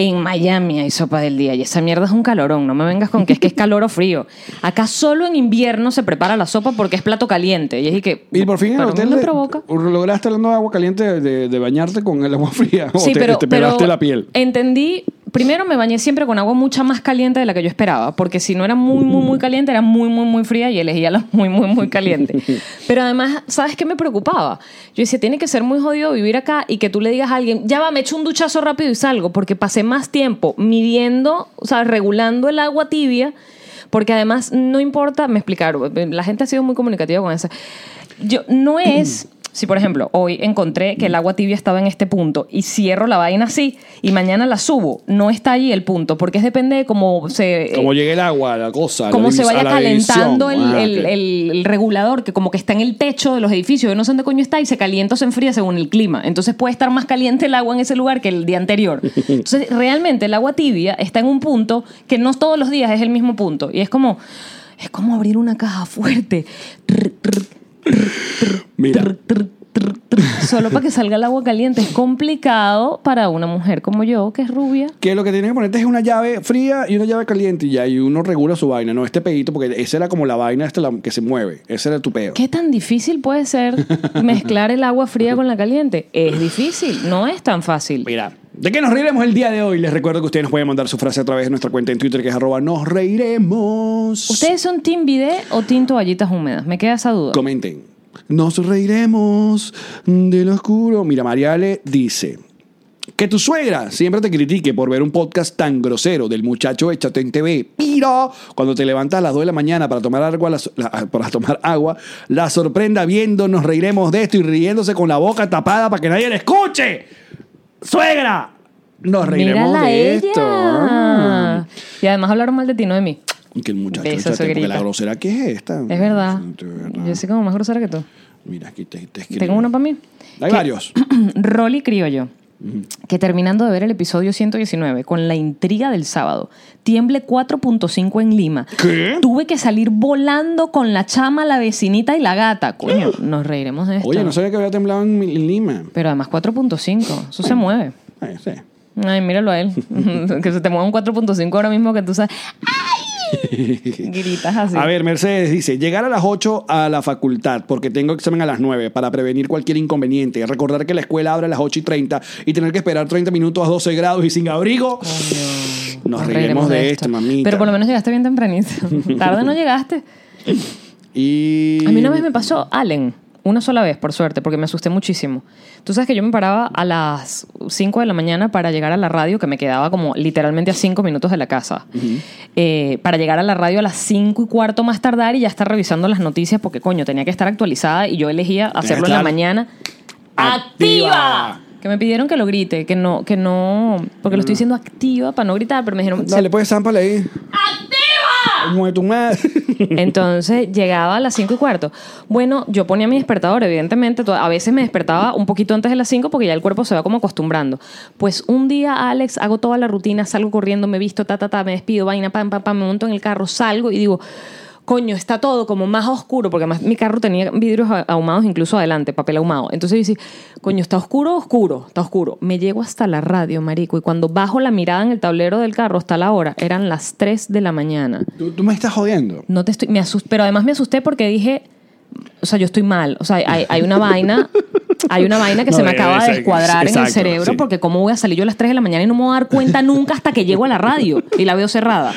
Speaker 2: En Miami hay sopa del día y esa mierda es un calorón. No me vengas con que es que es calor o frío. Acá solo en invierno se prepara la sopa porque es plato caliente. Y es que.
Speaker 1: Y por fin en el
Speaker 2: pero
Speaker 1: hotel
Speaker 2: no me
Speaker 1: de-
Speaker 2: provoca.
Speaker 1: lograste hablando de agua caliente de, de bañarte con el agua fría. o te, te pelaste la piel.
Speaker 2: Entendí. Primero me bañé siempre con agua mucha más caliente de la que yo esperaba, porque si no era muy, muy, muy caliente, era muy, muy, muy fría y elegía la muy, muy, muy caliente. Pero además, ¿sabes qué me preocupaba? Yo decía, tiene que ser muy jodido vivir acá y que tú le digas a alguien, ya va, me echo un duchazo rápido y salgo, porque pasé más tiempo midiendo, o sea, regulando el agua tibia, porque además no importa, me explicaron, la gente ha sido muy comunicativa con eso. Yo, no es... Si, por ejemplo, hoy encontré que el agua tibia estaba en este punto y cierro la vaina así y mañana la subo, no está allí el punto, porque es depende de cómo se,
Speaker 1: Como llegue el agua, la cosa.
Speaker 2: cómo
Speaker 1: la
Speaker 2: eh, se
Speaker 1: divis-
Speaker 2: vaya
Speaker 1: a la
Speaker 2: calentando el,
Speaker 1: división. Ah,
Speaker 2: el-
Speaker 1: ok.
Speaker 2: el- el regulador, que como que está en el techo de los edificios, yo no sé dónde coño está y se calienta o se enfría según el clima. Entonces puede estar más caliente el agua en ese lugar que el día anterior. Entonces realmente el agua tibia está en un punto que no todos los días es el mismo punto y es como, es como abrir una caja fuerte. Trr, trr,
Speaker 1: Mira,
Speaker 2: tr, tr, tr, solo para que salga el agua caliente. Es complicado para una mujer como yo, que es rubia.
Speaker 1: que lo que tienes que ponerte es una llave fría y una llave caliente y ya, y uno regula su vaina. No, este pedito, porque esa era como la vaina esta la- que se mueve. Ese era tu peo.
Speaker 2: ¿Qué tan difícil puede ser mezclar el agua fría con la caliente? Es difícil, no es tan fácil.
Speaker 1: Mira, ¿de qué nos reiremos el día de hoy? Les recuerdo que ustedes nos pueden mandar su frase a través de nuestra cuenta en Twitter, que es arroba nos reiremos.
Speaker 2: ¿Ustedes son team bidé o team toallitas húmedas? Me queda esa duda.
Speaker 1: Comenten. Nos reiremos de lo oscuro. Mira, Mariale dice. Que tu suegra siempre te critique por ver un podcast tan grosero del muchacho Échate en TV. Piro, cuando te levantas a las 2 de la mañana para tomar agua, la so- la- para tomar agua, la sorprenda viendo, nos reiremos de esto y riéndose con la boca tapada para que nadie le escuche. ¡Suegra! Nos reiremos
Speaker 2: Mírala
Speaker 1: de
Speaker 2: ella.
Speaker 1: esto. Ah.
Speaker 2: Y además hablaron mal de ti, no de mí.
Speaker 1: Y Que el muchacho
Speaker 2: Beso,
Speaker 1: Échate, porque
Speaker 2: suegrita.
Speaker 1: la grosera que es esta.
Speaker 2: Es verdad.
Speaker 1: Sí, de verdad.
Speaker 2: Yo soy como más grosera que tú.
Speaker 1: Mira, aquí te, te escribo.
Speaker 2: Tengo uno para mí.
Speaker 1: Hay
Speaker 2: Que-
Speaker 1: varios.
Speaker 2: Rolly Criollo, que terminando de ver el episodio 119 con la intriga del sábado, tiemble 4.5 en Lima.
Speaker 1: ¿Qué?
Speaker 2: Tuve que salir volando con la chama, la vecinita y la gata. Coño, nos reiremos de esto.
Speaker 1: Oye, no sabía que había temblado en Mi- en Lima. Eh,
Speaker 2: Pero además 4.5, eso se mueve.
Speaker 1: Ay, sí.
Speaker 2: Ay, míralo a él. que se te mueva un 4.5 ahora mismo que tú sabes. ¡Ay! Gritas así.
Speaker 1: A ver, Mercedes dice, llegar a las 8 a la facultad porque tengo examen a las 9 para prevenir cualquier inconveniente. Recordar que la escuela abre a las 8 y 30 y tener que esperar 30 minutos a 12 grados y sin abrigo. Nos reiremos de esto, mamita.
Speaker 2: Pero por lo menos llegaste bien tempranito. Tarde no llegaste.
Speaker 1: Y...
Speaker 2: A mí una vez me pasó Allen, una sola vez, por suerte, porque me asusté muchísimo. Tú sabes que yo me paraba a las 5 de la mañana para llegar a la radio, que me quedaba como literalmente a 5 minutos de la casa. Eh, para llegar a la radio a las 5 y cuarto más tardar y ya estar revisando las noticias, porque coño, tenía que estar actualizada y yo elegía hacerlo en la
Speaker 1: estar
Speaker 2: mañana.
Speaker 1: activa.
Speaker 2: ¡Activa! Que me pidieron que lo grite, que no, que no, porque lo estoy diciendo activa para no gritar, pero me dijeron, "Se
Speaker 1: Dale, pues, zámpale ahí. ¡Activa! Mueve tu madre.
Speaker 2: Entonces llegaba a las 5 y cuarto. Bueno, yo ponía mi despertador, evidentemente. to- A veces me despertaba un poquito antes de las 5 porque ya el cuerpo se va como acostumbrando. Pues un día, Alex, hago toda la rutina, salgo corriendo, me visto, ta, ta, ta, me despido, vaina, pam, pam, pam, me monto en el carro, salgo y digo. Coño, está todo como más oscuro, porque además mi carro tenía vidrios a- ahumados incluso adelante, papel ahumado. Entonces yo decía, coño, está oscuro, oscuro, está oscuro. Me llego hasta la radio, marico, y cuando bajo la mirada en el tablero del carro hasta la hora, eran las 3 de la mañana.
Speaker 1: Tú, tú me estás jodiendo.
Speaker 2: No te estoy. Me asus- pero además me asusté porque dije. O sea, yo estoy mal. O sea, hay, hay una vaina. Hay una vaina que
Speaker 1: No,
Speaker 2: se me
Speaker 1: eh,
Speaker 2: acaba de
Speaker 1: exacto,
Speaker 2: descuadrar en el
Speaker 1: exacto,
Speaker 2: cerebro
Speaker 1: sí.
Speaker 2: porque cómo voy a salir yo a las 3 de la mañana y no me voy a dar cuenta nunca hasta que llego a la radio y la veo cerrada.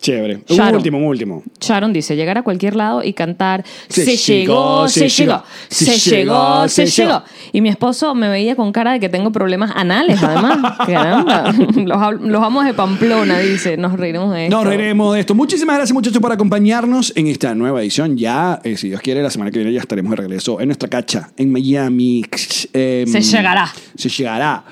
Speaker 1: Chévere.
Speaker 2: Sharon.
Speaker 1: Un último, un último.
Speaker 2: Sharon dice, llegar a cualquier lado y cantar, se,
Speaker 1: Se
Speaker 2: llegó,
Speaker 1: llegó,
Speaker 2: se
Speaker 1: se
Speaker 2: llegó,
Speaker 1: llegó,
Speaker 2: se
Speaker 1: se
Speaker 2: llegó,
Speaker 1: llegó,
Speaker 2: se
Speaker 1: se
Speaker 2: llegó.
Speaker 1: llegó.
Speaker 2: Y mi esposo me veía con cara de que tengo problemas anales, además. Caramba. Los, hab- los amos de Pamplona, dice. Nos reiremos de esto.
Speaker 1: Nos reiremos de esto. Muchísimas gracias, muchachos, por acompañarnos en esta nueva edición. Ya, eh, si Dios quiere, la semana que viene ya estaremos de regreso en nuestra cacha, en Miami. Eh,
Speaker 2: Se llegará.
Speaker 1: Se llegará.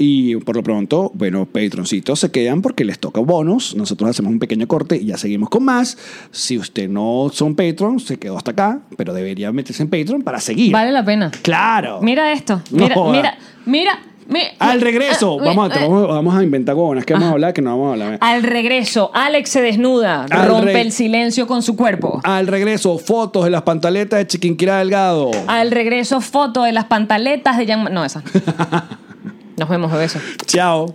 Speaker 1: Y por lo pronto, bueno, patroncitos se quedan porque les toca bonos. Nosotros hacemos un pequeño corte y ya seguimos con más. Si usted no son Patreon, se quedó hasta acá, pero debería meterse en Patreon para seguir.
Speaker 2: Vale la pena.
Speaker 1: Claro.
Speaker 2: Mira esto.
Speaker 1: No
Speaker 2: Mira,
Speaker 1: joda.
Speaker 2: mira, mira, mi-
Speaker 1: Al regreso,
Speaker 2: Ah,
Speaker 1: vamos,
Speaker 2: mi-
Speaker 1: a, vamos, vamos a inventar huevonas que vamos a hablar que no vamos a hablar.
Speaker 2: Al regreso, Alex se desnuda,
Speaker 1: Al
Speaker 2: rompe
Speaker 1: re- Ah.
Speaker 2: el silencio con su cuerpo.
Speaker 1: Al regreso, fotos de las pantaletas de Chiquinquirá Delgado.
Speaker 2: Al regreso, foto de las pantaletas de Jan. No, esa. Nos vemos, besos.
Speaker 1: Chao.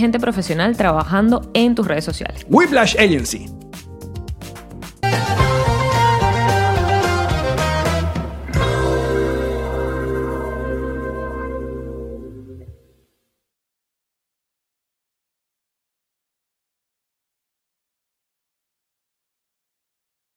Speaker 2: gente profesional trabajando en tus redes sociales.
Speaker 1: Whiplash Agency.